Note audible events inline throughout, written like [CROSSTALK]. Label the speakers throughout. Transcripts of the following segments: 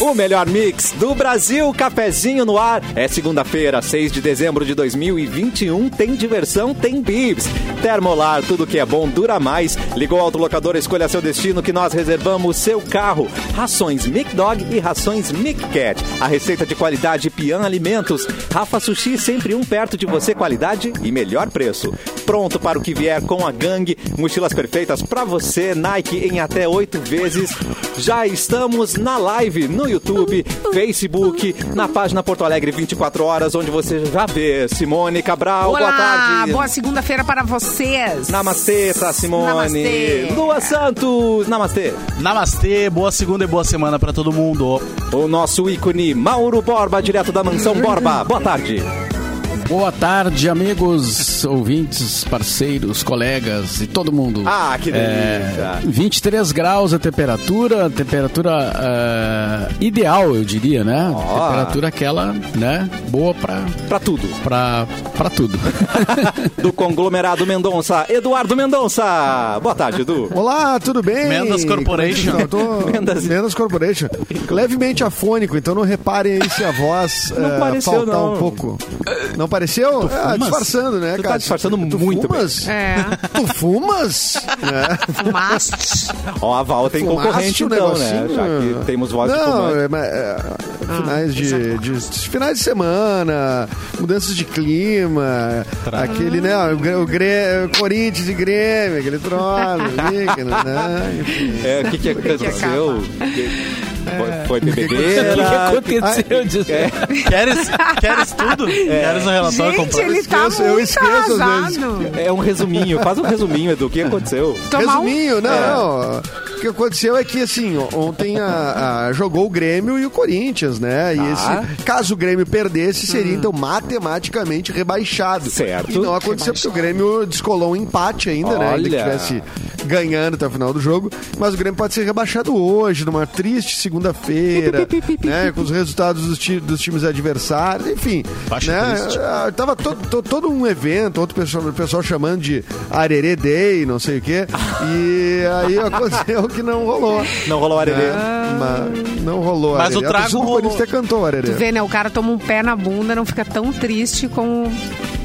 Speaker 1: o melhor mix do Brasil. Cafezinho no ar. É segunda-feira, 6 de dezembro de 2021. Tem diversão, tem bibs. Termolar, tudo que é bom dura mais. Ligou o autolocador, escolha seu destino que nós reservamos seu carro. Rações Mic Dog e rações Mic Cat. A receita de qualidade Pian Alimentos. Rafa Sushi, sempre um perto de você, qualidade e melhor preço. Pronto para o que vier com a gangue. Mochilas perfeitas para você, Nike, em até oito vezes. Já estamos na live no YouTube, Facebook, na página Porto Alegre 24 horas, onje você já vê Simone Cabral.
Speaker 2: Olá,
Speaker 1: boa tarde.
Speaker 2: boa segunda-feira para vocês.
Speaker 1: Namastê, tá, Simone.
Speaker 2: Namastê.
Speaker 1: Lua Santos, namastê.
Speaker 3: Namastê, boa segunda e boa semana pra todo mundo.
Speaker 1: O nosso ícone Mauro Borba, direto da mansão Borba. Boa tarde.
Speaker 4: Boa tarde, amigos, ouvintes, parceiros, colegas e todo mundo.
Speaker 1: Ah, que
Speaker 4: É,
Speaker 1: delícia.
Speaker 4: 23 graus a temperatura, temperatura ah, ideal, eu diria, né?
Speaker 1: Ó.
Speaker 4: Temperatura aquela, né? Boa pra,
Speaker 1: Pra tudo.
Speaker 4: pra, pra
Speaker 1: [LAUGHS]
Speaker 4: tudo.
Speaker 1: Do conglomerado Mendonça, Eduardo Mendonça. Boa tarde, Edu.
Speaker 5: Olá, tudo bem?
Speaker 3: Mendas Corporation.
Speaker 5: Como é que tá? Eu
Speaker 1: [LAUGHS]
Speaker 5: tô-
Speaker 1: Mendas.
Speaker 5: Mendas. Corporation. Levemente afônico, então não reparem aí se a voz eh,
Speaker 1: pareceu,
Speaker 5: faltar
Speaker 1: não.
Speaker 5: um pouco. Não pareceu? Ah, disfarçando, né,
Speaker 1: Tu tá
Speaker 5: cara?
Speaker 1: disfarçando muito bem.
Speaker 5: fumas?
Speaker 2: É,
Speaker 5: Tu fumas? É.
Speaker 2: fumaste.
Speaker 1: Ó, a Val tem
Speaker 5: Fumaste
Speaker 1: concorrente
Speaker 5: o
Speaker 1: então, né?
Speaker 5: um negocinho.
Speaker 1: Já que temos voz de
Speaker 5: Não,
Speaker 1: comando.
Speaker 5: é, mas, é,
Speaker 1: Ah,
Speaker 5: finais de, de- finais de semana, mudanças de clima, aquele, né, o, Gre- o Gre- Corinthians e Grêmio,
Speaker 1: [LAUGHS]
Speaker 5: aquele troço, ali, que, né, enfim.
Speaker 1: É, o que, que aconteceu? Foi- Foi
Speaker 4: O que
Speaker 1: bebedeira?
Speaker 4: aconteceu disso?
Speaker 1: é.
Speaker 3: Queres, queres tudo? Queres um relatório
Speaker 2: Gente,
Speaker 3: completo?
Speaker 2: ele tá
Speaker 5: esqueço, eu
Speaker 2: muito
Speaker 5: esqueço às vezes.
Speaker 2: arrasado.
Speaker 1: É um resuminho, faz um resuminho, Edu, o que aconteceu?
Speaker 2: Tomar um...
Speaker 5: Resuminho, não, não. O que aconteceu é que, assim, o- ontem a- a- jogou o Grêmio e o Corinthians, né? E
Speaker 1: Tá. Hum.
Speaker 5: esse, caso o Grêmio perdesse, seria, então, matematicamente rebaixado.
Speaker 1: Certo.
Speaker 5: E não aconteceu, porque o Grêmio descolou um empate ainda, né? Ainda que
Speaker 1: Olha.
Speaker 5: tivesse ganhando até o final do jogo. Mas o Grêmio pode ser rebaixado hoje, numa triste segunda-feira, né? Com os resultados dos, ti- dos times adversários, enfim.
Speaker 3: Baixa
Speaker 5: né?
Speaker 3: triste.
Speaker 5: Ah, Tava to- to- todo um evento, outro pessoal, pessoal chamando de Arerê Day, não sei o quê. E aí aconteceu que não rolou.
Speaker 1: Não rolou arerê.
Speaker 5: Né? Mas não rolou
Speaker 3: Mas o
Speaker 5: arerê. A
Speaker 3: trago
Speaker 5: torcida do
Speaker 3: rolou.
Speaker 5: Corinthians até cantou
Speaker 2: Tu
Speaker 5: Arerê.
Speaker 2: vê, né? O cara toma um pé na bunda, não fica tão triste como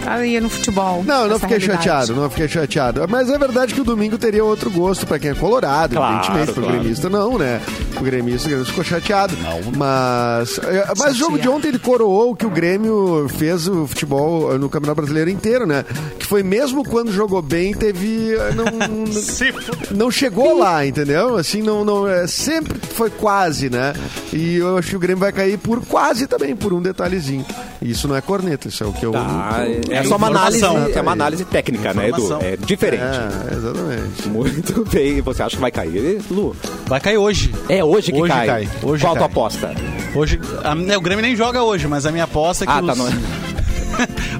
Speaker 2: tá aí no futebol.
Speaker 5: Não, eu não
Speaker 2: Essa
Speaker 5: fiquei
Speaker 2: realidade.
Speaker 5: chateado, não fiquei chateado. Mas é verdade que o domingo teria outro gosto pra quem é colorado,
Speaker 1: Claro,
Speaker 5: evidentemente. Pro
Speaker 1: claro.
Speaker 5: gremista não, né? O gremista, o gremista ficou chateado. Mas, é, mas o jogo de ontem ele coroou o que o Grêmio fez o futebol eh, no Campeonato Brasileiro inteiro, né? Que foi mesmo quando jogou bem, teve... eh,
Speaker 2: [LAUGHS]
Speaker 5: Não,
Speaker 3: Se fu-
Speaker 5: não chegou lá, entendeu? Assim, não, não é, sempre foi quase, né? E eu acho que o Grêmio vai cair por quase também, por um detalhezinho. Isso não é corneta, isso é o que eu.
Speaker 1: Tá,
Speaker 5: que eu-
Speaker 1: é só uma análise,
Speaker 3: Informação.
Speaker 1: é uma análise técnica, né, Edu?
Speaker 3: Informação.
Speaker 1: É diferente.
Speaker 5: É, exatamente.
Speaker 1: Muito bem, você acha que vai cair, Lu?
Speaker 3: Vai cair hoje.
Speaker 1: É hoje que
Speaker 3: Hoje
Speaker 1: cai.
Speaker 3: cai, hoje
Speaker 1: Qual a tua
Speaker 3: cai.
Speaker 1: aposta?
Speaker 3: Hoje, a minha- o Grêmio nem joga hoje, mas a minha aposta é que
Speaker 1: Ah, tá,
Speaker 3: os-
Speaker 1: não é.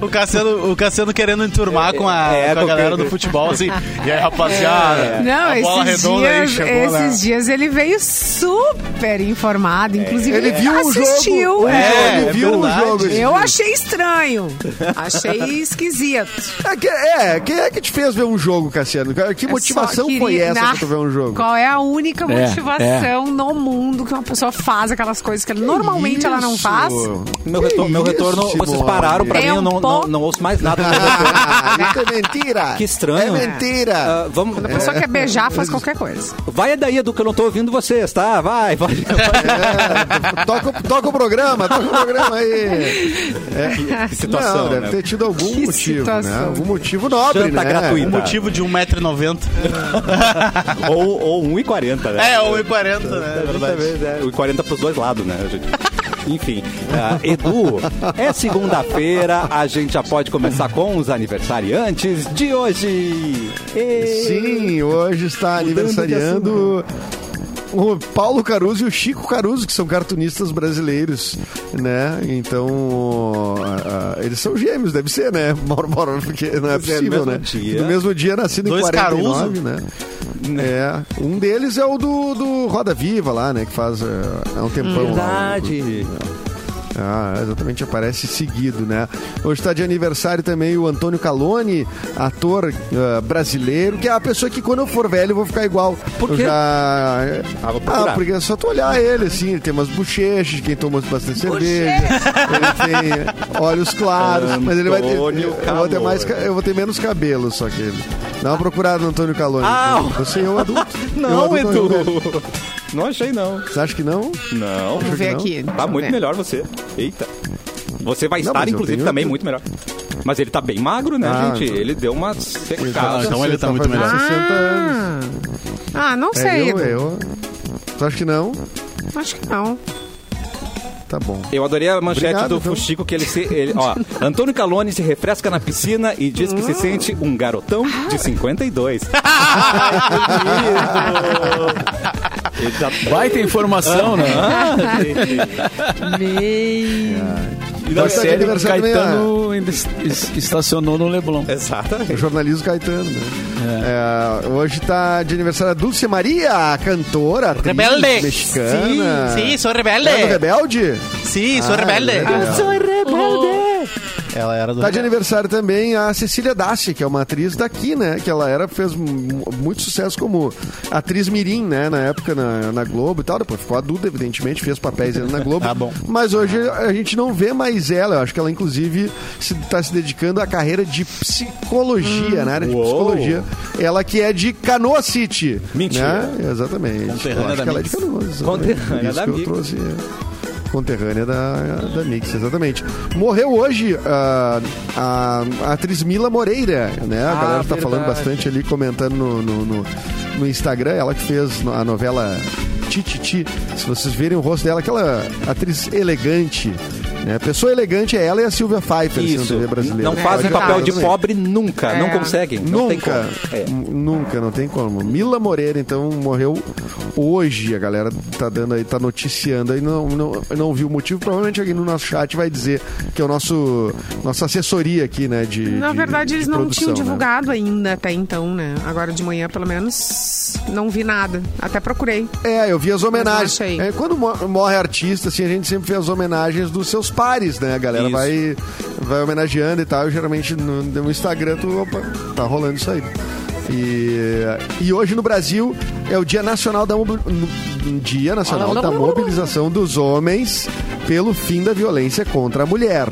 Speaker 3: [LAUGHS] o, Cassiano, o Cassiano querendo enturmar com a,
Speaker 1: É,
Speaker 3: com a
Speaker 1: com
Speaker 3: galera
Speaker 1: quem-
Speaker 3: do futebol, assim. E aí, rapaziada?
Speaker 2: É. Não,
Speaker 3: É, a bola
Speaker 2: esses,
Speaker 3: redonda aí
Speaker 2: dias,
Speaker 3: chegou, né?
Speaker 2: esses dias ele veio super informado, inclusive
Speaker 5: Ele viu o
Speaker 2: assistiu.
Speaker 5: jogo.
Speaker 2: é.
Speaker 5: o jogo,
Speaker 3: É,
Speaker 5: ele
Speaker 3: é
Speaker 5: viu o
Speaker 3: verdade.
Speaker 5: jogo. esse
Speaker 2: Eu
Speaker 5: dia.
Speaker 2: achei estranho, achei esquisito.
Speaker 5: É, que- é, quem é que te fez ver um jogo, Cassiano? Que motivação
Speaker 2: É Só queria-
Speaker 5: foi essa
Speaker 2: na-
Speaker 5: pra tu ver um jogo?
Speaker 2: Qual é a única
Speaker 4: É,
Speaker 2: motivação no mundo que uma pessoa faz aquelas coisas que, normalmente ela não
Speaker 5: Isso.
Speaker 2: faz? É.
Speaker 1: Meu,
Speaker 5: Que
Speaker 1: retor- meu
Speaker 5: isso,
Speaker 1: retorno, vocês
Speaker 5: Simone?
Speaker 1: pararam pra mim, eu não,
Speaker 2: Tempo.
Speaker 1: não, não ouço mais nada do meu retorno.
Speaker 5: Ah, isso é mentira.
Speaker 1: Que estranho.
Speaker 5: É mentira.
Speaker 1: Ah, vamos,
Speaker 5: É.
Speaker 2: A pessoa quer beijar, faz qualquer coisa.
Speaker 1: Vai é daí, Edu, que eu não tô ouvindo vocês, tá? Vai, vai. Ah.
Speaker 5: É, toca, o- toca o programa, toca o programa aí.
Speaker 1: [LAUGHS] Que situação,
Speaker 5: Não, deve
Speaker 1: né?
Speaker 5: ter tido algum
Speaker 2: Que
Speaker 5: motivo,
Speaker 2: situação.
Speaker 5: né? Algum motivo nobre,
Speaker 1: Janta
Speaker 5: né?
Speaker 1: gratuita.
Speaker 3: O [LAUGHS] motivo de 1,90m.
Speaker 1: Ou, ou 1,40, né?
Speaker 3: É, 1,40m, né? É
Speaker 1: Dessa
Speaker 3: verdade.
Speaker 1: vez, é. O 40 pros dois lados, né, gente? [LAUGHS] Enfim, ah, Edu, é segunda-feira, a gente já pode começar com os aniversariantes de hoje. Ei.
Speaker 5: Sim, hoje está aniversariando o Paulo Caruso e o Chico Caruso, que são cartunistas brasileiros, né? Então, ah, ah, eles são gêmeos, deve ser, né? [LAUGHS] Mauro Mauro, porque não é
Speaker 1: Pois é,
Speaker 5: possível,
Speaker 1: mesmo
Speaker 5: né?
Speaker 1: dia.
Speaker 5: Do mesmo dia, nascido
Speaker 3: Dois
Speaker 5: em 49,
Speaker 3: Caruso?
Speaker 5: né? É, um deles eh, é o do, do Roda Viva lá, né? Que faz ah, há um tempão lá. o-
Speaker 1: Verdade.
Speaker 5: Ah, exatamente, aparece seguido, né? Hoje está de aniversário também o Antônio Caloni, ator ah, brasileiro, que é a pessoa que quando eu for velho eu vou ficar igual.
Speaker 1: Por
Speaker 5: Eu
Speaker 1: quê?
Speaker 5: já...
Speaker 1: Ah, vou
Speaker 5: Ah,
Speaker 1: procurar.
Speaker 5: porque é só tu olhar ele, assim, ele tem umas bochechas, quem toma bastante cerveja, ele tem olhos claros, mas ele vai ter.
Speaker 1: Antônio
Speaker 5: Eu vou ter, mais,
Speaker 1: Caloni.
Speaker 5: ca- eu vou ter menos cabelo só que ele. Dá uma procurada no Antônio Caloni.
Speaker 1: Ah,
Speaker 5: Você é
Speaker 1: [LAUGHS]
Speaker 5: um adulto.
Speaker 1: Não,
Speaker 5: Eu adulto, eu
Speaker 1: Edu. Não achei, não.
Speaker 5: Você acha que não?
Speaker 1: Não.
Speaker 2: Vamos ver aqui. É.
Speaker 1: Tá muito
Speaker 2: Vamos ver.
Speaker 1: melhor você. Eita. Você vai
Speaker 5: Não,
Speaker 1: estar,
Speaker 5: mas eu
Speaker 1: inclusive,
Speaker 5: tenho-
Speaker 1: também muito melhor. Mas ele tá bem magro, né,
Speaker 5: Ah,
Speaker 1: gente?
Speaker 5: então-
Speaker 1: Ele deu uma
Speaker 4: Ah,
Speaker 1: secada.
Speaker 4: então ele tá muito
Speaker 5: fazendo
Speaker 4: melhor.
Speaker 5: 60 anos.
Speaker 2: Ah, ah não
Speaker 5: É,
Speaker 2: sei. Edu.
Speaker 5: eu, eu. Tu acha que não?
Speaker 2: Acho que não.
Speaker 5: Tá bom.
Speaker 1: Eu adorei a manchete
Speaker 5: Obrigado,
Speaker 1: do
Speaker 5: então.
Speaker 1: Fuxico, que ele se. ele- ó, Antônio Caloni se refresca na piscina e diz
Speaker 5: Ah.
Speaker 1: que se sente um garotão de
Speaker 5: [LAUGHS]
Speaker 1: 52. Ele tá-
Speaker 4: Baita informação, né?
Speaker 2: Meu.
Speaker 5: Então,
Speaker 4: Da
Speaker 5: tá de
Speaker 4: série que o
Speaker 5: aniversário
Speaker 1: Ah.
Speaker 5: também,
Speaker 4: Caetano ainda es- es- estacionou no Leblon.
Speaker 5: O
Speaker 1: Exatamente.
Speaker 5: É jornalismo Caetano, né? É, hoje tá de aniversário a Dulce Maria, cantora, atriz,
Speaker 3: Rebelde.
Speaker 5: mexicana.
Speaker 3: Sim, sou rebelde.
Speaker 5: É do Rebelde?
Speaker 3: Sim, sou
Speaker 5: Ah,
Speaker 3: rebelde.
Speaker 5: legal. Eu
Speaker 2: sou rebelde.
Speaker 3: Ela era do
Speaker 5: Tá de aniversário também a Cecília Dassi, que é uma atriz daqui, né? Que ela era, fez mu- muito sucesso como atriz mirim, né? Na época na, na Globo e tal. Depois ficou a Duda, evidentemente, fez papéis ali na Globo.
Speaker 3: Tá bom.
Speaker 5: Mas hoje a gente não vê mais ela. Eu acho que ela, inclusive, se, tá se dedicando à carreira de psicologia, na área de
Speaker 1: Uou.
Speaker 5: psicologia. Ela que é de Canoa City.
Speaker 1: Mentira.
Speaker 5: Né? Exatamente.
Speaker 4: Conterrânea
Speaker 5: Eu acho
Speaker 4: da
Speaker 5: que ela é de
Speaker 4: Mix.
Speaker 5: Canoas. exatamente.
Speaker 1: Conterrânea
Speaker 5: Por isso
Speaker 1: da
Speaker 5: que eu
Speaker 1: Mix.
Speaker 5: trouxe, é. Conterrânea da, da Mix, exatamente. Morreu hoje ah, a, a atriz Mila Moreira, né? A
Speaker 1: Ah,
Speaker 5: galera tá
Speaker 1: verdade.
Speaker 5: falando bastante ali, comentando no, no, no- no Instagram. Ela que fez no- a novela Tititi. Se vocês verem o rosto dela, aquela atriz elegante. Né? Pessoa elegante é ela e a Silvia Pfeiffer, assim, na
Speaker 1: Isso.
Speaker 5: TV brasileira.
Speaker 1: Não
Speaker 2: É,
Speaker 1: fazem
Speaker 2: verdade.
Speaker 1: papel de
Speaker 5: Exatamente.
Speaker 1: pobre nunca. Não
Speaker 2: É.
Speaker 1: conseguem. Não tem
Speaker 5: Nunca,
Speaker 1: como. É.
Speaker 5: N- nunca, não tem como. Mila Moreira, então, morreu hoje. A galera tá dando aí, tá noticiando aí, não, não, não viu o motivo. Provavelmente alguém no nosso chat vai dizer que é o nosso nossa assessoria aqui, né? De,
Speaker 2: Na
Speaker 5: de-
Speaker 2: verdade,
Speaker 5: de
Speaker 2: eles não
Speaker 5: produção,
Speaker 2: tinham
Speaker 5: né?
Speaker 2: divulgado ainda até então, né? Agora de manhã, pelo menos, não vi nada. Até procurei.
Speaker 5: É, eu vi as
Speaker 2: Mas
Speaker 5: homenagens.
Speaker 2: não achei.
Speaker 5: É, quando mo- morre artista, assim, a gente sempre vê as homenagens dos seus pares, né? A galera
Speaker 1: Isso.
Speaker 5: vai, vai homenageando e tal. Eu, geralmente no, no Instagram, tu, opa, tá rolando isso aí. E, e hoje no Brasil é o Dia Nacional da, Mobi- no- Dia Nacional da Mobilização dos Homens pelo fim da violência contra a mulher.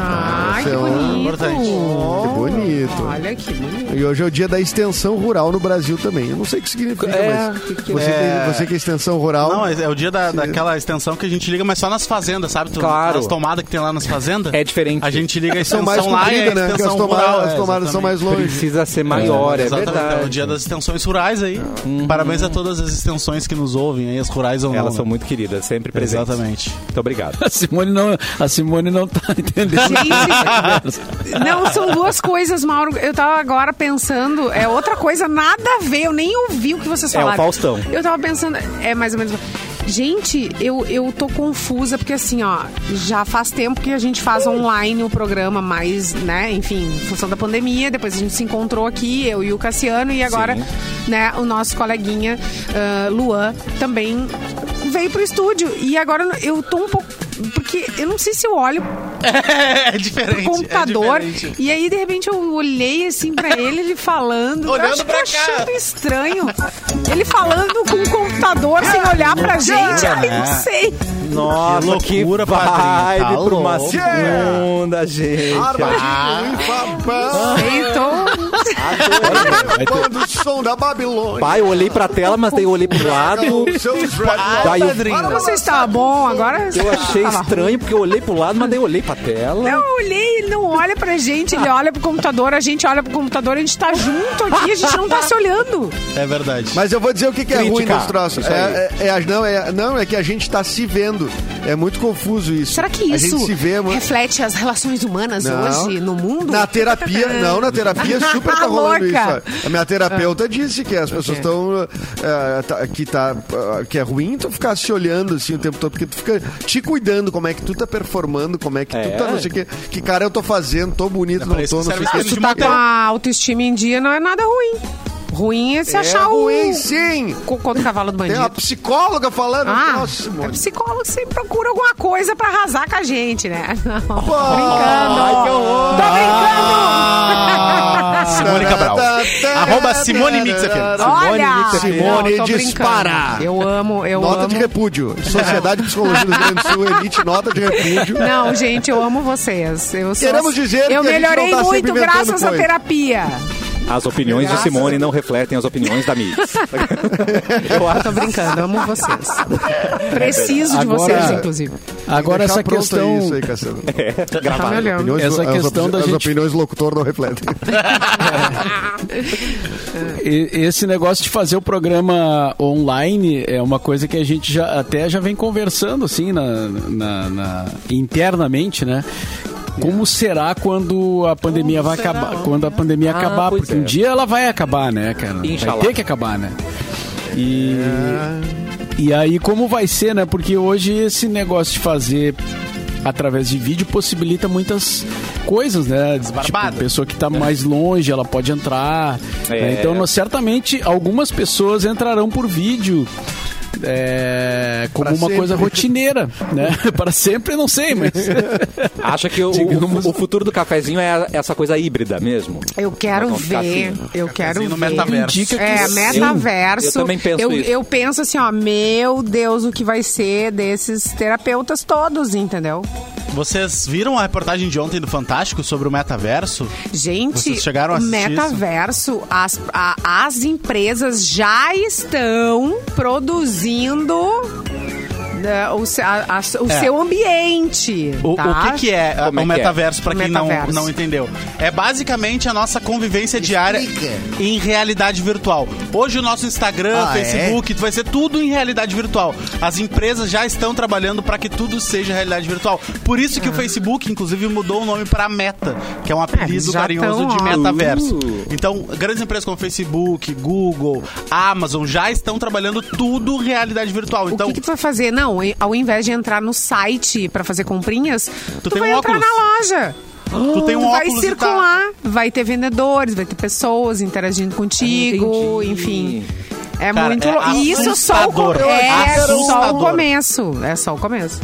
Speaker 2: Ai,
Speaker 5: esse
Speaker 2: que
Speaker 5: é um
Speaker 2: bonito.
Speaker 3: importante.
Speaker 5: Que bonito.
Speaker 2: Olha que bonito.
Speaker 5: E hoje é o dia da extensão rural no Brasil também. Eu não sei o que significa,
Speaker 1: É,
Speaker 5: mas
Speaker 1: que que é?
Speaker 5: você,
Speaker 3: É.
Speaker 5: Que, você que é extensão rural.
Speaker 3: Não, é é o dia da, daquela extensão que a gente liga, mas só nas fazendas, sabe? Tu,
Speaker 1: Claro.
Speaker 3: As tomadas que tem lá nas fazendas.
Speaker 1: É diferente.
Speaker 3: A gente liga a
Speaker 5: são
Speaker 3: extensão lá
Speaker 5: mais
Speaker 3: e a
Speaker 5: compridas, né? Porque
Speaker 3: extensão
Speaker 5: as tomadas,
Speaker 3: rural.
Speaker 5: as
Speaker 3: é,
Speaker 5: tomadas são
Speaker 3: exatamente.
Speaker 5: mais longe.
Speaker 1: Precisa ser maior, é,
Speaker 3: Exatamente,
Speaker 1: verdade.
Speaker 3: é o dia das extensões rurais aí. Parabéns a todas as extensões que nos ouvem aí, as rurais ou
Speaker 1: Uhum.
Speaker 3: não. [LAUGHS]
Speaker 1: Elas são
Speaker 3: né?
Speaker 1: muito queridas, sempre presentes.
Speaker 3: Exatamente.
Speaker 1: Muito obrigado.
Speaker 4: A Simone não, a Simone não tá [LAUGHS] entendendo.
Speaker 2: Gente, não, são duas coisas, Mauro. Eu tava agora pensando, é outra coisa, nada a ver, eu nem ouvi o que vocês
Speaker 1: É, o
Speaker 2: falaram.
Speaker 1: Faustão.
Speaker 2: Eu tava pensando, é mais ou menos. Gente, eu, eu tô confusa, porque assim, ó, já faz tempo que a gente faz online o programa, mas, né, enfim, em função da pandemia, depois a gente se encontrou aqui, eu e o Cassiano, e agora,
Speaker 1: Sim.
Speaker 2: né, o nosso coleguinha ah, Luan também veio pro estúdio. E agora eu tô um pouco. Porque eu não sei se eu olho
Speaker 3: É
Speaker 2: pro
Speaker 3: diferente.
Speaker 2: computador.
Speaker 3: é diferente.
Speaker 2: e aí, de repente, eu olhei assim
Speaker 3: [LAUGHS]
Speaker 2: pra ele, ele falando.
Speaker 3: Olhando
Speaker 2: eu acho que
Speaker 3: pra
Speaker 2: eu
Speaker 3: cá.
Speaker 2: achando estranho. Ele falando com o computador sem olhar pra gente. Ai,
Speaker 5: É.
Speaker 2: não sei.
Speaker 1: Nossa, que,
Speaker 3: Que loucura,
Speaker 1: vibe
Speaker 3: padrinho, tá
Speaker 1: pra uma
Speaker 3: louco.
Speaker 1: segunda, gente.
Speaker 5: Ah, Armadilho e Fabão,
Speaker 2: Então,
Speaker 5: bando do som da Babilônia.
Speaker 1: Pai, eu olhei pra tela, mas daí eu olhei pro
Speaker 5: [LAUGHS]
Speaker 1: lado.
Speaker 5: Com seus
Speaker 1: Daí eu,
Speaker 2: quando você estava bom, agora.
Speaker 1: eu achei estranho, porque eu olhei pro lado, mas daí eu olhei pra tela.
Speaker 2: Eu olhei, ele não olha pra gente, ele olha pro computador, a gente olha pro computador, a gente tá junto aqui, a gente não tá se olhando.
Speaker 3: É verdade.
Speaker 5: Mas eu vou dizer o que, que é ruim
Speaker 1: Crítica.
Speaker 5: nos troços.
Speaker 1: Isso aí.
Speaker 5: É, é- é- não, é, não, é que a gente tá se vendo. É muito confuso isso.
Speaker 2: Será que
Speaker 5: A
Speaker 2: isso é
Speaker 5: gente se vê, mano.
Speaker 2: reflete as relações humanas
Speaker 5: Não.
Speaker 2: hoje no mundo?
Speaker 5: Na terapia,
Speaker 2: [LAUGHS]
Speaker 5: não, na terapia super tá rolando isso.
Speaker 2: Louca. Ah.
Speaker 5: ó. A minha terapeuta disse que as pessoas estão. que, tá, ah, que é ruim tu ficar se olhando assim o tempo todo, porque tu fica te cuidando, como é que tu tá performando, como é que
Speaker 1: É.
Speaker 5: tu tá, não sei o quê. Que cara eu tô fazendo, tô bonito,
Speaker 3: É
Speaker 5: não
Speaker 3: pra isso
Speaker 5: tô, não
Speaker 3: que
Speaker 5: sei o
Speaker 3: serve
Speaker 5: quê. tá
Speaker 3: isso
Speaker 2: Tu tá com a autoestima em dia, não é nada ruim. Ruim é se
Speaker 5: É
Speaker 2: achar
Speaker 5: ruim,
Speaker 2: o...
Speaker 5: sim.
Speaker 2: Co- Contra o cavalo do
Speaker 5: Tem um
Speaker 2: bandido.
Speaker 5: uma psicóloga falando.
Speaker 2: Ah,
Speaker 5: Nossa,
Speaker 2: é
Speaker 5: Simone.
Speaker 2: psicólogo sempre procura alguma coisa pra arrasar com a gente, né? [LAUGHS] Não, tô brincando.
Speaker 5: Ai, que horror.
Speaker 2: Tô brincando.
Speaker 6: Simone Cabral. Arroba Simone Mix FM.
Speaker 2: Olha,
Speaker 5: Simone
Speaker 2: Não, tô brincando.
Speaker 5: dispara.
Speaker 2: Eu amo, eu
Speaker 5: Nota
Speaker 2: amo.
Speaker 5: de repúdio. Sociedade de Psicologia do Rio Grande do Sul emite nota de repúdio.
Speaker 2: Não, gente, eu amo vocês. Eu sou- assim,
Speaker 5: Queremos dizer
Speaker 2: eu
Speaker 5: que a gente não
Speaker 2: melhorei
Speaker 5: tá sempre
Speaker 2: muito
Speaker 5: inventando
Speaker 2: graças à
Speaker 5: coisa.
Speaker 2: terapia.
Speaker 1: As opiniões de Simone não refletem as opiniões da mídia.
Speaker 2: Eu tô brincando, amo vocês. Preciso de
Speaker 4: Agora-
Speaker 2: vocês, inclusive.
Speaker 1: tá
Speaker 4: Agora
Speaker 5: Deixar
Speaker 4: essa
Speaker 5: pronto
Speaker 4: questão.
Speaker 5: Isso aí, Cassiano.
Speaker 2: Tá me olhando.
Speaker 5: Opiniões-
Speaker 4: Essa
Speaker 5: as
Speaker 4: questão
Speaker 5: opi-
Speaker 4: da
Speaker 5: as
Speaker 4: gente-
Speaker 5: opiniões do locutor não refletem.
Speaker 4: E- Esse negócio de fazer o programa online é uma coisa que a gente já até já vem conversando assim na, na- na- internamente, né? Como será quando a pandemia vai acabar? Quando a pandemia acabar,
Speaker 1: pois
Speaker 4: porque
Speaker 1: é.
Speaker 4: um dia ela vai acabar, né, cara?
Speaker 1: Inxalá.
Speaker 4: Vai ter que acabar, né? E e aí como vai ser, né? Porque hoje esse negócio de fazer através de vídeo possibilita muitas coisas, né? Tipo, a pessoa que tá mais longe, ela pode entrar.
Speaker 1: É.
Speaker 4: né? Então, nós- certamente algumas pessoas entrarão por vídeo. é, como
Speaker 5: Pra
Speaker 4: uma
Speaker 5: sempre.
Speaker 4: coisa rotineira, né?
Speaker 5: [LAUGHS]
Speaker 4: Para sempre, não sei, mas
Speaker 1: Acha que o,
Speaker 4: Digamos.
Speaker 1: o futuro do cafezinho é essa coisa híbrida mesmo?
Speaker 2: Eu quero
Speaker 1: Não, fica
Speaker 2: ver,
Speaker 1: assim,
Speaker 2: eu quero ver.
Speaker 3: no metaverso.
Speaker 4: indica que
Speaker 2: É,
Speaker 4: sim.
Speaker 2: metaverso.
Speaker 1: Eu também penso
Speaker 2: eu,
Speaker 1: isso.
Speaker 2: eu penso assim, ó, meu Deus, o que vai ser desses terapeutas todos, entendeu?
Speaker 3: Vocês viram a reportagem de ontem do Fantástico sobre o metaverso?
Speaker 2: Gente,
Speaker 3: Vocês chegaram
Speaker 2: o
Speaker 3: a assistir isso?
Speaker 2: metaverso, as, a- as empresas já estão produzindo né, o, se- a- a- o
Speaker 3: É.
Speaker 2: seu ambiente.
Speaker 3: O,
Speaker 2: tá?
Speaker 3: o que, que é uh,
Speaker 1: Como é
Speaker 3: o
Speaker 1: que é?
Speaker 3: metaverso, pra
Speaker 2: O
Speaker 3: quem
Speaker 2: metaverso.
Speaker 3: Não, não entendeu? É basicamente a nossa convivência diária em realidade virtual. Hoje o nosso Instagram,
Speaker 1: é?
Speaker 6: Ah,
Speaker 3: Facebook, vai ser tudo em realidade virtual. As empresas já estão trabalhando pra que tudo seja realidade virtual. Por isso
Speaker 2: Ah.
Speaker 3: que o Facebook, inclusive, mudou o nome pra Meta, que é um apelido
Speaker 2: já tão,
Speaker 3: carinhoso de
Speaker 2: ó.
Speaker 3: metaverso.
Speaker 1: Uh.
Speaker 3: Então, grandes empresas como Facebook, Google, Amazon já estão trabalhando tudo em realidade virtual.
Speaker 2: O
Speaker 3: Então,
Speaker 2: que, que tu vai fazer? Não, em- ao invés de entrar no site pra fazer comprinhas, tu,
Speaker 3: tem
Speaker 2: vai
Speaker 3: um
Speaker 2: entrar
Speaker 3: óculos.
Speaker 2: na loja.
Speaker 3: tu tem um
Speaker 2: tu vai
Speaker 3: óculos e tá-
Speaker 2: circular, vai ter vendedores, vai ter pessoas interagindo contigo,
Speaker 1: Ah, entendi.
Speaker 2: enfim. É
Speaker 3: Cara,
Speaker 2: muito
Speaker 3: é
Speaker 2: louco. E isso é só o, co-
Speaker 3: assustador.
Speaker 2: é só o
Speaker 3: Assustador.
Speaker 2: começo. É só o começo.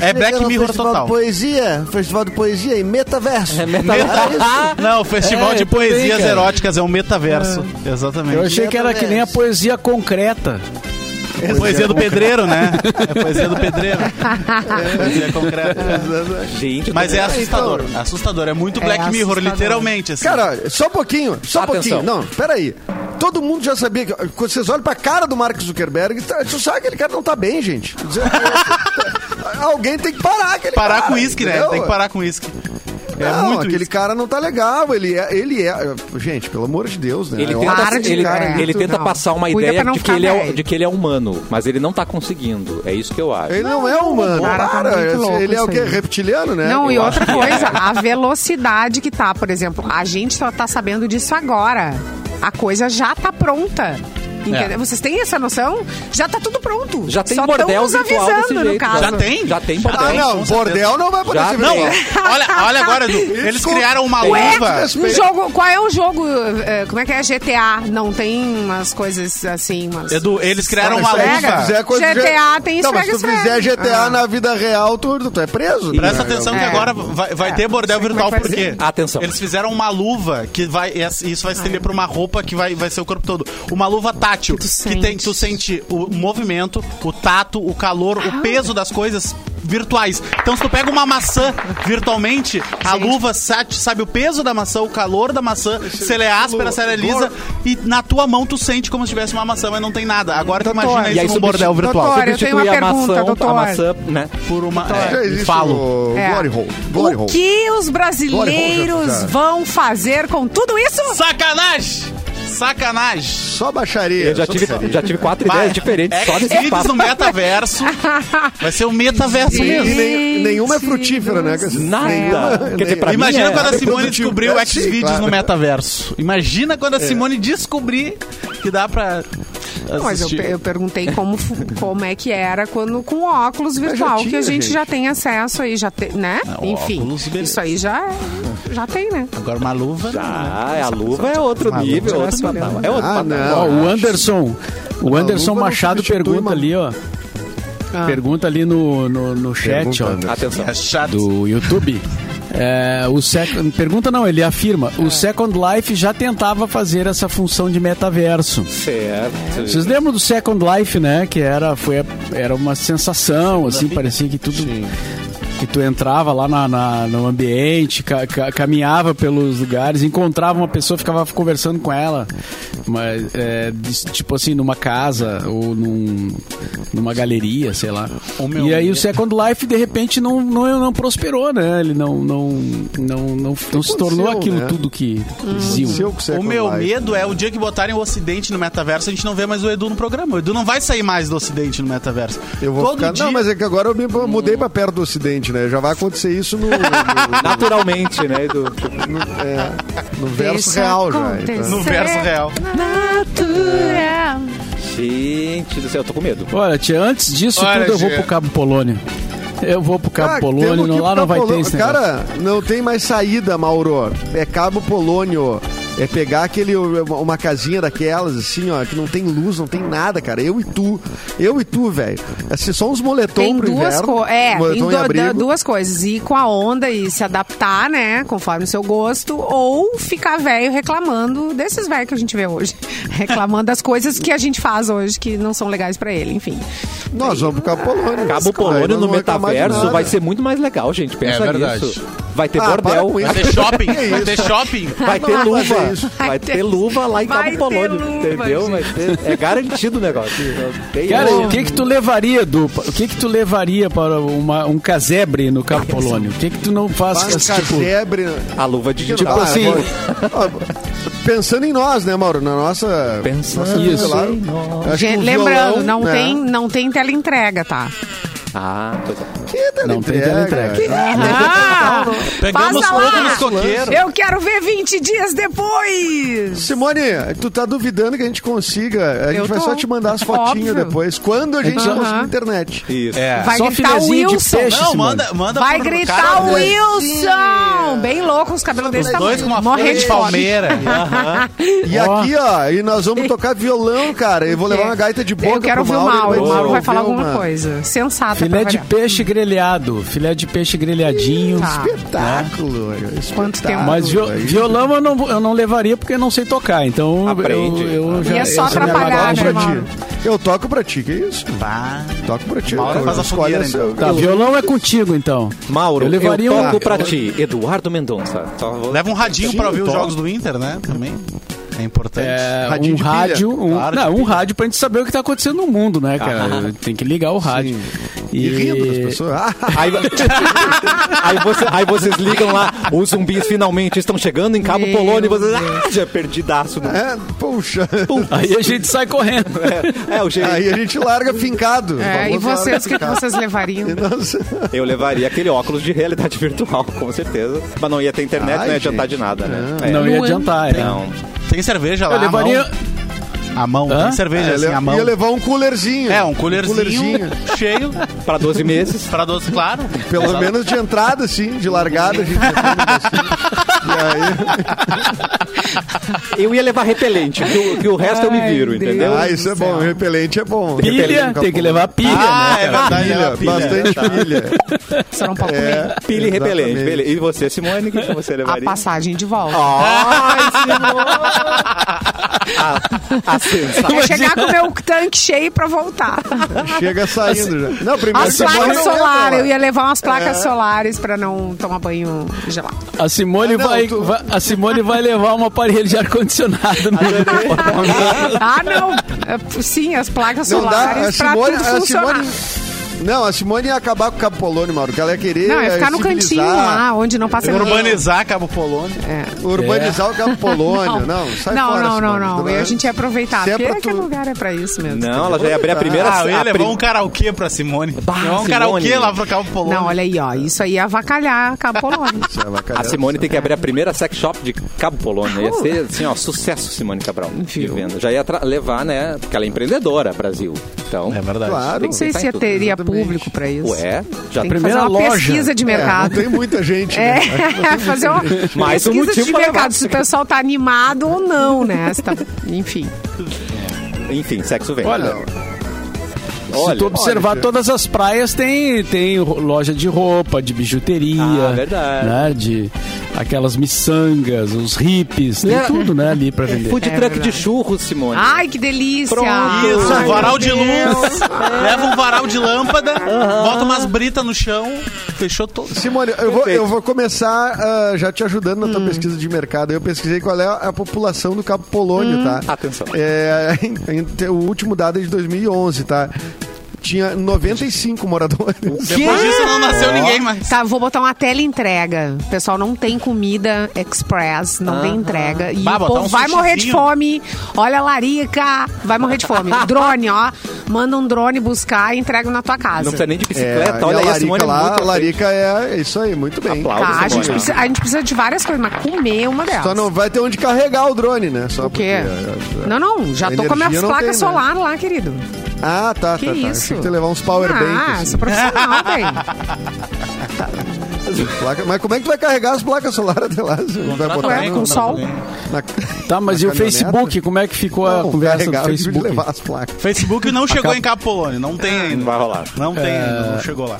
Speaker 3: É Black Mirror
Speaker 7: festival
Speaker 3: total.
Speaker 7: De poesia, festival de poesia e metaverso. É metaverso.
Speaker 3: [LAUGHS] Não, o Festival
Speaker 4: É,
Speaker 3: de
Speaker 4: eu também,
Speaker 3: Poesias
Speaker 4: cara.
Speaker 3: Eróticas é um metaverso. Exatamente.
Speaker 4: eu achei que era que nem a poesia concreta.
Speaker 3: É poesia do pedreiro, né? É poesia do pedreiro. É poesia concreta.
Speaker 1: Gente,
Speaker 3: Mas é assustador. Assustador. É muito Black Mirror,
Speaker 2: assustador.
Speaker 3: literalmente. assim.
Speaker 5: Cara, só um pouquinho, só um
Speaker 1: Atenção.
Speaker 5: pouquinho. Não, peraí. Todo mundo já sabia que. Quando vocês olham pra cara do Mark Zuckerberg, tá- tu sabe que aquele cara não tá bem, gente. [LAUGHS] Alguém tem que parar aquele
Speaker 3: parar
Speaker 5: cara,
Speaker 3: com uísque, né?
Speaker 5: entendeu?
Speaker 3: Tem que parar com uísque. É
Speaker 5: não,
Speaker 3: muito
Speaker 5: aquele
Speaker 3: isso.
Speaker 5: cara não tá legal. Ele é, ele é. Gente, pelo amor de Deus, né?
Speaker 1: Ele
Speaker 5: É
Speaker 1: tenta,
Speaker 5: óbvio.
Speaker 2: Para de-
Speaker 1: ele,
Speaker 2: é,
Speaker 1: ele
Speaker 2: tu
Speaker 1: tenta
Speaker 2: não.
Speaker 1: passar uma
Speaker 2: Cuida
Speaker 1: ideia
Speaker 2: pra não
Speaker 1: de que,
Speaker 2: ficar
Speaker 1: ele é,
Speaker 2: velho.
Speaker 1: de que ele é humano, mas ele não tá conseguindo. É isso que eu acho.
Speaker 5: Ele não, é humano.
Speaker 2: cara, tá
Speaker 5: para.
Speaker 2: muito louco
Speaker 5: ele é o
Speaker 2: isso
Speaker 5: quê?
Speaker 2: aí.
Speaker 5: Reptiliano, né?
Speaker 2: Não, e
Speaker 1: eu
Speaker 2: outra
Speaker 1: acho que é.
Speaker 2: coisa, a velocidade que tá, por exemplo, a gente só tá sabendo disso agora. A coisa já tá pronta. Entendeu?
Speaker 3: É.
Speaker 2: Vocês têm essa noção? Já tá tudo pronto.
Speaker 1: Já tem
Speaker 2: Só tão
Speaker 1: bordel
Speaker 2: nos
Speaker 1: virtual desse
Speaker 2: avisando, no
Speaker 1: jeito,
Speaker 2: caso.
Speaker 3: Já tem?
Speaker 1: Já tem
Speaker 5: Ah,
Speaker 1: bordel.
Speaker 5: não. Bordel não vai poder
Speaker 1: Já
Speaker 5: ser
Speaker 1: não.
Speaker 5: virtual.
Speaker 3: Olha, olha agora, Edu. Eles
Speaker 5: Desculpa.
Speaker 3: criaram uma
Speaker 2: Ué,
Speaker 3: luva.
Speaker 2: um jogo, qual é o jogo? eh, Como é que é GTA? Não tem umas coisas assim, umas.
Speaker 3: Edu, eles criaram
Speaker 5: Não,
Speaker 3: uma
Speaker 5: mas se tu
Speaker 2: esfrega.
Speaker 3: luva.
Speaker 5: fizer coisa de-
Speaker 2: GTA tem
Speaker 5: Não, mas se
Speaker 2: esfrega,
Speaker 5: tu fizer
Speaker 2: esfrega.
Speaker 5: GTA
Speaker 2: Ah.
Speaker 5: na vida real, tu, tu é preso.
Speaker 3: Presta
Speaker 5: né?
Speaker 3: atenção que
Speaker 2: É.
Speaker 3: agora vai, vai
Speaker 2: É,
Speaker 3: ter bordel
Speaker 2: não sei
Speaker 3: virtual,
Speaker 2: como é que
Speaker 3: por
Speaker 2: vai
Speaker 3: quê?
Speaker 1: ser. Atenção.
Speaker 3: Eles fizeram uma luva que vai. e essa- Isso vai se estender pra uma roupa que vai, vai ser o corpo todo. Uma luva tátil. Que,
Speaker 2: sente.
Speaker 3: tem, tu sente o movimento, o tato, o calor, o peso das coisas virtuais. Então, se tu pega uma maçã virtualmente, a luva sat- sabe o peso da maçã, o calor da maçã, se ela é áspera, se ela é lisa, e na tua mão tu sente como se tivesse uma maçã, mas não tem nada. Agora tu imagina
Speaker 1: E aí
Speaker 3: isso num bordel
Speaker 1: substitu-
Speaker 3: virtual.
Speaker 2: Doutor, eu tenho uma
Speaker 1: substitui
Speaker 2: pergunta,
Speaker 1: a maçã,
Speaker 2: doutor.
Speaker 1: A maçã, né?
Speaker 3: Por uma.
Speaker 5: Já
Speaker 3: É,
Speaker 5: existe
Speaker 3: falo.
Speaker 5: o
Speaker 2: É.
Speaker 5: Glory Hole. Glory
Speaker 2: o
Speaker 5: Hole.
Speaker 2: que os
Speaker 5: Glory hole,
Speaker 2: brasileiros
Speaker 5: já- já.
Speaker 2: vão fazer com tudo isso?
Speaker 3: Sacanagem! Sacanagem!
Speaker 5: Só baixaria.
Speaker 1: Eu já
Speaker 5: só
Speaker 1: tive,
Speaker 5: baixaria.
Speaker 1: já tive quatro
Speaker 3: Vai. É
Speaker 1: ideias diferentes só nesse
Speaker 3: Xvideos
Speaker 1: espaço.
Speaker 3: no metaverso. Vai ser o metaverso
Speaker 5: E
Speaker 3: mesmo.
Speaker 5: nem- nenhuma é
Speaker 2: Gente
Speaker 5: frutífera, né?
Speaker 2: do
Speaker 5: Cassiano?
Speaker 1: Nada.
Speaker 5: Nenhuma-
Speaker 1: Quer dizer, pra
Speaker 5: Imagina-
Speaker 3: Imagina
Speaker 1: mim é-
Speaker 3: quando a
Speaker 5: é
Speaker 3: Simone
Speaker 5: produtivo.
Speaker 3: descobriu
Speaker 5: É,
Speaker 3: o
Speaker 5: sim, É.
Speaker 3: Xvideos
Speaker 5: claro.
Speaker 3: no metaverso. Imagina quando a Simone descobrir que dá pra
Speaker 2: Não, mas eu,
Speaker 4: assistir.
Speaker 2: per- eu perguntei como, fu- como é que era quando com óculos virtual,
Speaker 5: tinha,
Speaker 2: que a gente,
Speaker 5: gente.
Speaker 2: já tem acesso aí, já tem, né? Enfim,
Speaker 3: óculos, beleza.
Speaker 2: isso aí já, já tem, né?
Speaker 3: Agora uma luva.
Speaker 1: Ah, a luva é outro nível, outro patamar. É outro
Speaker 5: Ah,
Speaker 1: patamar.
Speaker 5: não.
Speaker 4: Ó, o Anderson, o Anderson
Speaker 5: luva não
Speaker 4: Machado
Speaker 5: substitui
Speaker 4: pergunta
Speaker 5: uma- Ah.
Speaker 4: ali, ó. Pergunta ali no, no, no chat, ó,
Speaker 5: Pergunta,
Speaker 1: Atenção.
Speaker 3: É chato.
Speaker 4: do YouTube. É, o sec... Pergunta não, ele afirma.
Speaker 5: É.
Speaker 4: O Second Life já tentava fazer essa função de metaverso.
Speaker 1: Certo.
Speaker 4: Vocês lembram do Second Life, né? Que era, foi, a- era uma sensação, assim, parecia que tudo. Que tu entrava lá na, na- no ambiente, ca- ca- caminhava pelos lugares, encontrava uma pessoa, ficava conversando com ela. Mas, é, de- tipo assim, numa casa ou num, numa galeria, sei lá.
Speaker 3: O meu
Speaker 4: e aí o
Speaker 3: medo.
Speaker 4: Second Life, de repente, não, não, não prosperou, né? Ele não, não, não, não, não se tornou
Speaker 5: aconteceu,
Speaker 4: aquilo
Speaker 5: né?
Speaker 4: tudo que diziam.
Speaker 5: Se eu quiser
Speaker 3: O meu
Speaker 5: colar,
Speaker 3: medo é o dia que botarem o Ocidente no metaverso, a gente não vê mais o Edu no programa. O Edu não vai sair mais do Ocidente no metaverso.
Speaker 5: Eu vou
Speaker 3: Todo
Speaker 5: ficar...
Speaker 3: dia.
Speaker 5: Não, mas é que agora eu me mudei pra perto do Ocidente, né? Já vai acontecer isso no, no, no-
Speaker 1: Naturalmente, né, Edu?
Speaker 5: é, no verso
Speaker 2: Deixa
Speaker 5: real já.
Speaker 2: acontecer.
Speaker 5: então.
Speaker 3: No verso real.
Speaker 2: é- Natural.
Speaker 1: Gente do céu, eu tô com medo.
Speaker 4: Olha, tia, antes disso
Speaker 3: Olha,
Speaker 4: tudo eu vou
Speaker 3: tia.
Speaker 4: pro Cabo Polônio. Eu vou pro Cabo
Speaker 5: Cara,
Speaker 4: Polônio,
Speaker 5: Ah, temos
Speaker 4: não,
Speaker 5: que ir
Speaker 4: lá
Speaker 5: pra
Speaker 4: não vai ter
Speaker 5: Polônia.
Speaker 4: esse negócio.
Speaker 5: Cara, não tem mais saída, Mauro. É Cabo Polônio. É pegar aquele, uma casinha daquelas, assim, ó, que não tem luz, não tem nada, cara. Eu e tu. Eu e tu, velho. Assim, só uns moletom
Speaker 2: Tem
Speaker 5: pro
Speaker 2: duas
Speaker 5: inverno.
Speaker 2: coisas. É, tem
Speaker 5: moletom e
Speaker 2: du-
Speaker 5: abrigo.
Speaker 2: duas coisas. Ir com a onda e se adaptar, né? Conforme o seu gosto. Ou ficar velho reclamando desses velhos que a gente vê hoje. [LAUGHS] Reclamando das coisas que a gente faz hoje que não são legais pra ele, enfim.
Speaker 5: Nós vamos pro Cabo Polônio.
Speaker 1: Cabo
Speaker 5: Cara,
Speaker 1: Polônio
Speaker 5: nós
Speaker 1: no
Speaker 5: não vamos reclamar de
Speaker 1: metaverso
Speaker 5: nada.
Speaker 1: vai ser muito mais legal, gente. Pensa
Speaker 6: É verdade.
Speaker 1: nisso. Vai ter
Speaker 5: Ah, para
Speaker 1: bordel,
Speaker 5: com
Speaker 3: Vai ter
Speaker 5: [LAUGHS]
Speaker 3: shopping, vai ter shopping.
Speaker 1: vai ter
Speaker 5: Não vai
Speaker 1: luva.
Speaker 5: fazer isso.
Speaker 1: Vai ter luva lá em
Speaker 2: Vai
Speaker 1: Cabo
Speaker 2: ter
Speaker 1: Polônio,
Speaker 2: luva,
Speaker 1: entendeu? Vai ter- É garantido o negócio. Tem
Speaker 4: Cara,
Speaker 1: isso.
Speaker 4: o que que tu levaria, Edu? O que que tu levaria para uma- um casebre no Cabo Polônio? O que que tu não faz?
Speaker 5: Faz
Speaker 4: tipo,
Speaker 5: casebre.
Speaker 1: a luva de
Speaker 5: Tipo assim.
Speaker 4: assim-
Speaker 5: Pensando em nós, né, Mauro? Na nossa.
Speaker 1: Pensando
Speaker 5: sei
Speaker 4: isso.
Speaker 5: lá, acho que
Speaker 2: Gente,
Speaker 5: um
Speaker 2: lembrando,
Speaker 5: violão,
Speaker 2: não,
Speaker 5: né?
Speaker 2: tem, não tem teleentrega, tá?
Speaker 1: Ah, pois é.
Speaker 5: Que
Speaker 4: Não tem
Speaker 5: teleentrega?
Speaker 4: teleentrega.
Speaker 2: Ah,
Speaker 3: [LAUGHS] Pegamos
Speaker 2: passa
Speaker 3: fogo nos
Speaker 2: lá!
Speaker 3: coqueiros.
Speaker 2: Eu quero ver 20 dias depois!
Speaker 5: Simone, tu tá duvidando que a gente consiga. A gente
Speaker 2: Eu
Speaker 5: vai
Speaker 2: tô.
Speaker 5: só te mandar as fotinhas
Speaker 2: Óbvio. Então,
Speaker 5: depois. Quando a gente
Speaker 2: Aham.
Speaker 5: conseguir internet.
Speaker 1: Isso.
Speaker 3: É.
Speaker 2: Vai
Speaker 4: Só
Speaker 2: gritar o
Speaker 4: filezinho de
Speaker 2: Wilson!
Speaker 4: peixe.
Speaker 3: Não,
Speaker 4: Simone.
Speaker 3: manda, manda
Speaker 2: Vai
Speaker 3: pro
Speaker 2: gritar
Speaker 3: cara,
Speaker 2: o Wilson! Bem louco os cabelos desse
Speaker 3: Os
Speaker 2: tamanho.
Speaker 3: dois com uma
Speaker 2: Morrer
Speaker 3: folha
Speaker 2: de
Speaker 3: de
Speaker 2: fome.
Speaker 3: palmeira.
Speaker 5: E
Speaker 4: Ó.
Speaker 5: aqui, ó, e nós vamos tocar violão, cara. Eu vou levar uma gaita de boca
Speaker 2: é. Eu quero
Speaker 5: pro
Speaker 2: ouvir o
Speaker 5: Mauro.
Speaker 2: Mauro. O
Speaker 5: ele
Speaker 2: Mauro vai falar
Speaker 5: desenvolver
Speaker 2: alguma
Speaker 5: uma-
Speaker 2: coisa. Sensata pra
Speaker 4: Filé de
Speaker 2: variar.
Speaker 4: peixe grelhado, filé de peixe grelhadinho.
Speaker 2: Tá.
Speaker 5: Espetáculo, É velho.
Speaker 2: Quanto tempo?
Speaker 4: Mas vi-
Speaker 5: velho.
Speaker 4: violão eu não, vou- eu não levaria porque eu não sei tocar, então
Speaker 1: Aprende.
Speaker 4: eu, eu já
Speaker 2: E é só
Speaker 4: essa minha
Speaker 2: atrapalhar,
Speaker 4: bagagem
Speaker 2: né,
Speaker 4: já
Speaker 2: Mauro?
Speaker 4: tinha.
Speaker 5: Eu toco pra ti, que isso?
Speaker 3: Pá.
Speaker 5: Toco pra ti.
Speaker 3: Uma hora
Speaker 5: cara.
Speaker 3: faz a
Speaker 5: Escolhe
Speaker 3: fogueira,
Speaker 5: essa-
Speaker 3: então.
Speaker 4: Tá, violão é contigo então.
Speaker 1: Mauro, eu,
Speaker 4: Eu levaria um-
Speaker 1: toco
Speaker 4: Ah,
Speaker 1: pra ti. Eduardo Mendonça. Só vou-
Speaker 3: Leva um radinho
Speaker 5: Sim,
Speaker 3: pra ouvir os
Speaker 5: top.
Speaker 3: jogos do Inter, né? Também. É importante.
Speaker 4: É,
Speaker 5: Radinho
Speaker 4: um
Speaker 5: de pilha.
Speaker 4: rádio, um,
Speaker 3: Claro,
Speaker 4: não,
Speaker 3: de
Speaker 4: um rádio pra gente saber o que tá acontecendo no mundo, né, cara? Tem que ligar o rádio.
Speaker 5: E rindo das pessoas. Ah,
Speaker 1: Aí, [LAUGHS] aí, você- aí vocês ligam lá, os zumbis finalmente estão chegando em Cabo
Speaker 2: Meu
Speaker 1: Polônio e vocês. Ah, já perdidaço. né?" No...
Speaker 5: é, [LAUGHS] puxa.
Speaker 4: Aí a gente sai correndo.
Speaker 1: É, o jeito.
Speaker 5: Aí a gente larga fincado.
Speaker 2: É, e
Speaker 5: Vamos largar
Speaker 2: vocês, o que, que
Speaker 5: [LAUGHS] fincado. Então, assim,
Speaker 2: vocês levariam?
Speaker 5: E nós-
Speaker 1: Eu levaria aquele óculos de realidade virtual, com certeza. Mas não ia ter internet,
Speaker 5: Ai,
Speaker 1: não ia adiantar
Speaker 5: gente.
Speaker 1: de nada, né? É.
Speaker 4: Não ia
Speaker 2: Luan.
Speaker 4: adiantar, é. Ah,
Speaker 1: Não.
Speaker 3: Tem cerveja lá.
Speaker 4: Eu levaria.
Speaker 3: A mão, a mão.
Speaker 4: Hã?
Speaker 3: tem cerveja assim,
Speaker 5: É, Ele
Speaker 3: a mão.
Speaker 5: ia levar um coolerzinho.
Speaker 3: É, um coolerzinho [LAUGHS] cheio
Speaker 1: Pra 12 meses.
Speaker 3: pra doce, claro.
Speaker 5: Pelo menos de entrada, sim, de largada. a gente ia ter um negocinho.
Speaker 1: Eu ia levar repelente, que o, que o resto eu me
Speaker 2: Ai,
Speaker 1: viro,
Speaker 2: Deus.
Speaker 5: E aí,
Speaker 1: entendeu?
Speaker 5: ah, isso é bom, repelente é bom.
Speaker 4: Pilha, tem que levar pilha,
Speaker 3: Ah, é
Speaker 4: né? cara?
Speaker 3: verdade.
Speaker 5: Pilha,
Speaker 3: leva pilha. Tá.
Speaker 5: bastante pilha.
Speaker 2: Você não pode comer
Speaker 5: É,
Speaker 1: Pilha e repelente.
Speaker 5: exatamente.
Speaker 1: Beleza. E você, Simone, o que você
Speaker 2: a
Speaker 1: levaria?
Speaker 2: passagem de volta.
Speaker 1: Ai, Simone!
Speaker 5: [LAUGHS]
Speaker 1: A, a sensação.
Speaker 2: Ia chegar com o meu tanque cheio pra voltar.
Speaker 5: Chega saindo já. Não, primeiro
Speaker 2: As
Speaker 5: você bota
Speaker 2: placas
Speaker 5: no
Speaker 2: solares.
Speaker 5: vento,
Speaker 2: Eu ia levar umas
Speaker 5: É.
Speaker 2: placas solares pra não tomar banho gelado.
Speaker 4: A Simone,
Speaker 5: Ah, não,
Speaker 4: vai,
Speaker 5: tu-
Speaker 4: vai- a Simone vai levar um aparelho de ar-condicionado no
Speaker 2: Ah, não. É, Sim, as placas
Speaker 5: Não dá, a
Speaker 2: solares pra
Speaker 5: Simone,
Speaker 2: tudo
Speaker 5: a
Speaker 2: funcionar.
Speaker 5: Simone, Não, a Simone ia acabar com o Cabo Polônio, Mauro. Que ela ia querer.
Speaker 2: Não, ia ficar
Speaker 5: eh,
Speaker 2: no cantinho
Speaker 5: civilizar,
Speaker 2: lá, onde não passa
Speaker 3: Urbanizar Cabo Polônio.
Speaker 2: É.
Speaker 5: Urbanizar o Cabo Polônio. Não,
Speaker 2: [LAUGHS]
Speaker 5: sai
Speaker 2: não,
Speaker 5: fora.
Speaker 2: não, não,
Speaker 5: Simone.
Speaker 2: não. E a gente ia aproveitar.
Speaker 5: Se é
Speaker 2: Porque
Speaker 5: pra
Speaker 2: aquele
Speaker 5: tu-
Speaker 2: lugar é pra isso mesmo.
Speaker 1: Não, ela já ia abrir a primeira...
Speaker 3: Ah, eu ia
Speaker 1: a
Speaker 3: levar
Speaker 1: prim-
Speaker 3: um karaokê pra Simone.
Speaker 1: Bah,
Speaker 3: Levar um
Speaker 1: Simone.
Speaker 3: karaokê lá pro Cabo Polônio.
Speaker 2: Não, olha aí, ó. Isso aí é avacalhar Cabo
Speaker 5: [LAUGHS]
Speaker 2: Polônio.
Speaker 5: Isso é bacana.
Speaker 1: A Simone tem que abrir a primeira sex shop de Cabo Polônia. Ia ser, assim, ó, sucesso, Simone Cabral. De
Speaker 2: Enfim.
Speaker 1: venda. Já ia tra- levar, né? Porque ela é empreendedora, Brasil. Então,
Speaker 3: É verdade.
Speaker 5: Claro.
Speaker 2: Não sei
Speaker 1: Tá em
Speaker 2: se
Speaker 1: tudo,
Speaker 2: teria público pra isso.
Speaker 1: ué, já
Speaker 2: Tem que
Speaker 4: Primeira
Speaker 2: fazer uma
Speaker 4: loja.
Speaker 2: pesquisa de
Speaker 5: É, não
Speaker 2: mercado.
Speaker 5: tem muita gente. né?
Speaker 2: É, [LAUGHS] fazer uma
Speaker 1: [LAUGHS] Mais um
Speaker 2: pesquisa
Speaker 1: motivo
Speaker 2: de
Speaker 1: pra levar.
Speaker 2: mercado, se o pessoal tá animado ou não, né? Se tá- Enfim.
Speaker 1: Enfim, sexo vende.
Speaker 4: Olha,
Speaker 1: Olha.
Speaker 4: se tu observar todas as praias, tem, tem ro- loja de roupa, de bijuteria.
Speaker 1: Ah, verdade.
Speaker 4: né, de aquelas miçangas, os hippies, tem
Speaker 1: É.
Speaker 4: tudo, né, ali pra vender.
Speaker 1: Food
Speaker 2: É
Speaker 1: truck de
Speaker 2: verdade. Ah,
Speaker 1: churros, Simone.
Speaker 2: Ai, que delícia!
Speaker 1: Pronto.
Speaker 3: Isso,
Speaker 2: Ai,
Speaker 3: um varal
Speaker 2: meu
Speaker 3: de
Speaker 2: Deus. É.
Speaker 3: luz, leva um varal de lâmpada, bota umas britas no chão, fechou todo.
Speaker 5: Simone, eu vou, eu vou começar ah, já te ajudando na tua
Speaker 2: Hum.
Speaker 5: pesquisa de mercado. Eu pesquisei qual é a população do Cabo
Speaker 2: Hum.
Speaker 5: Polônio, tá?
Speaker 1: Atenção.
Speaker 5: É, [LAUGHS] o último dado é de 2011, tá? Tinha 95 moradores.
Speaker 3: Depois disso não nasceu ninguém mais.
Speaker 2: Tá, vou botar uma tela entrega. O pessoal não tem comida express, não tem entrega. E
Speaker 3: Bah,
Speaker 2: o
Speaker 3: botar
Speaker 2: povo
Speaker 3: um
Speaker 2: vai
Speaker 3: sushizinho.
Speaker 2: morrer de fome. Olha a larica, vai morrer de
Speaker 3: [LAUGHS]
Speaker 2: fome. drone, ó. Manda um drone buscar e entrega na tua casa.
Speaker 1: Não precisa nem de
Speaker 5: É,
Speaker 1: bicicleta.
Speaker 5: e
Speaker 1: Olha
Speaker 5: a
Speaker 1: aí, a Simone
Speaker 5: Larica
Speaker 1: é muito
Speaker 5: lá,
Speaker 1: à
Speaker 5: a Larica é isso aí, muito bem.
Speaker 1: Aplausos.
Speaker 2: Tá, a, gente
Speaker 1: Simone.
Speaker 2: precisa, a gente precisa de várias coisas, mas comer é uma delas.
Speaker 5: Só não vai ter onde carregar o drone, né? Só
Speaker 2: O quê?
Speaker 5: porque, é, é.
Speaker 2: Não, não, já
Speaker 5: a
Speaker 2: tô com as
Speaker 5: energia
Speaker 2: minhas
Speaker 5: não
Speaker 2: placas
Speaker 5: tem, né?
Speaker 2: solar lá, querido.
Speaker 5: Ah, tá,
Speaker 2: Que
Speaker 5: tá, tá.
Speaker 2: isso?
Speaker 5: Achei que tu ia levar uns power
Speaker 2: ah,
Speaker 5: banks. assim.
Speaker 2: sou profissional,
Speaker 3: [LAUGHS]
Speaker 2: velho.
Speaker 3: Tá
Speaker 5: Placa- Mas como é que tu vai carregar as placas solares até lá? Você Vai botar
Speaker 2: alguém, é com sol?
Speaker 5: na-
Speaker 2: [LAUGHS]
Speaker 4: Tá, mas
Speaker 5: na
Speaker 4: e o
Speaker 5: caminhoneta?
Speaker 4: Facebook? Como é que ficou a
Speaker 2: Ah,
Speaker 5: Não,
Speaker 4: conversa do
Speaker 5: carregar, eu tive de
Speaker 4: Facebook?
Speaker 5: levar as placas.
Speaker 3: Facebook não chegou em Cabo Polônio, não tem
Speaker 1: Não
Speaker 3: ainda.
Speaker 1: vai rolar.
Speaker 3: Não tem ainda, não chegou lá.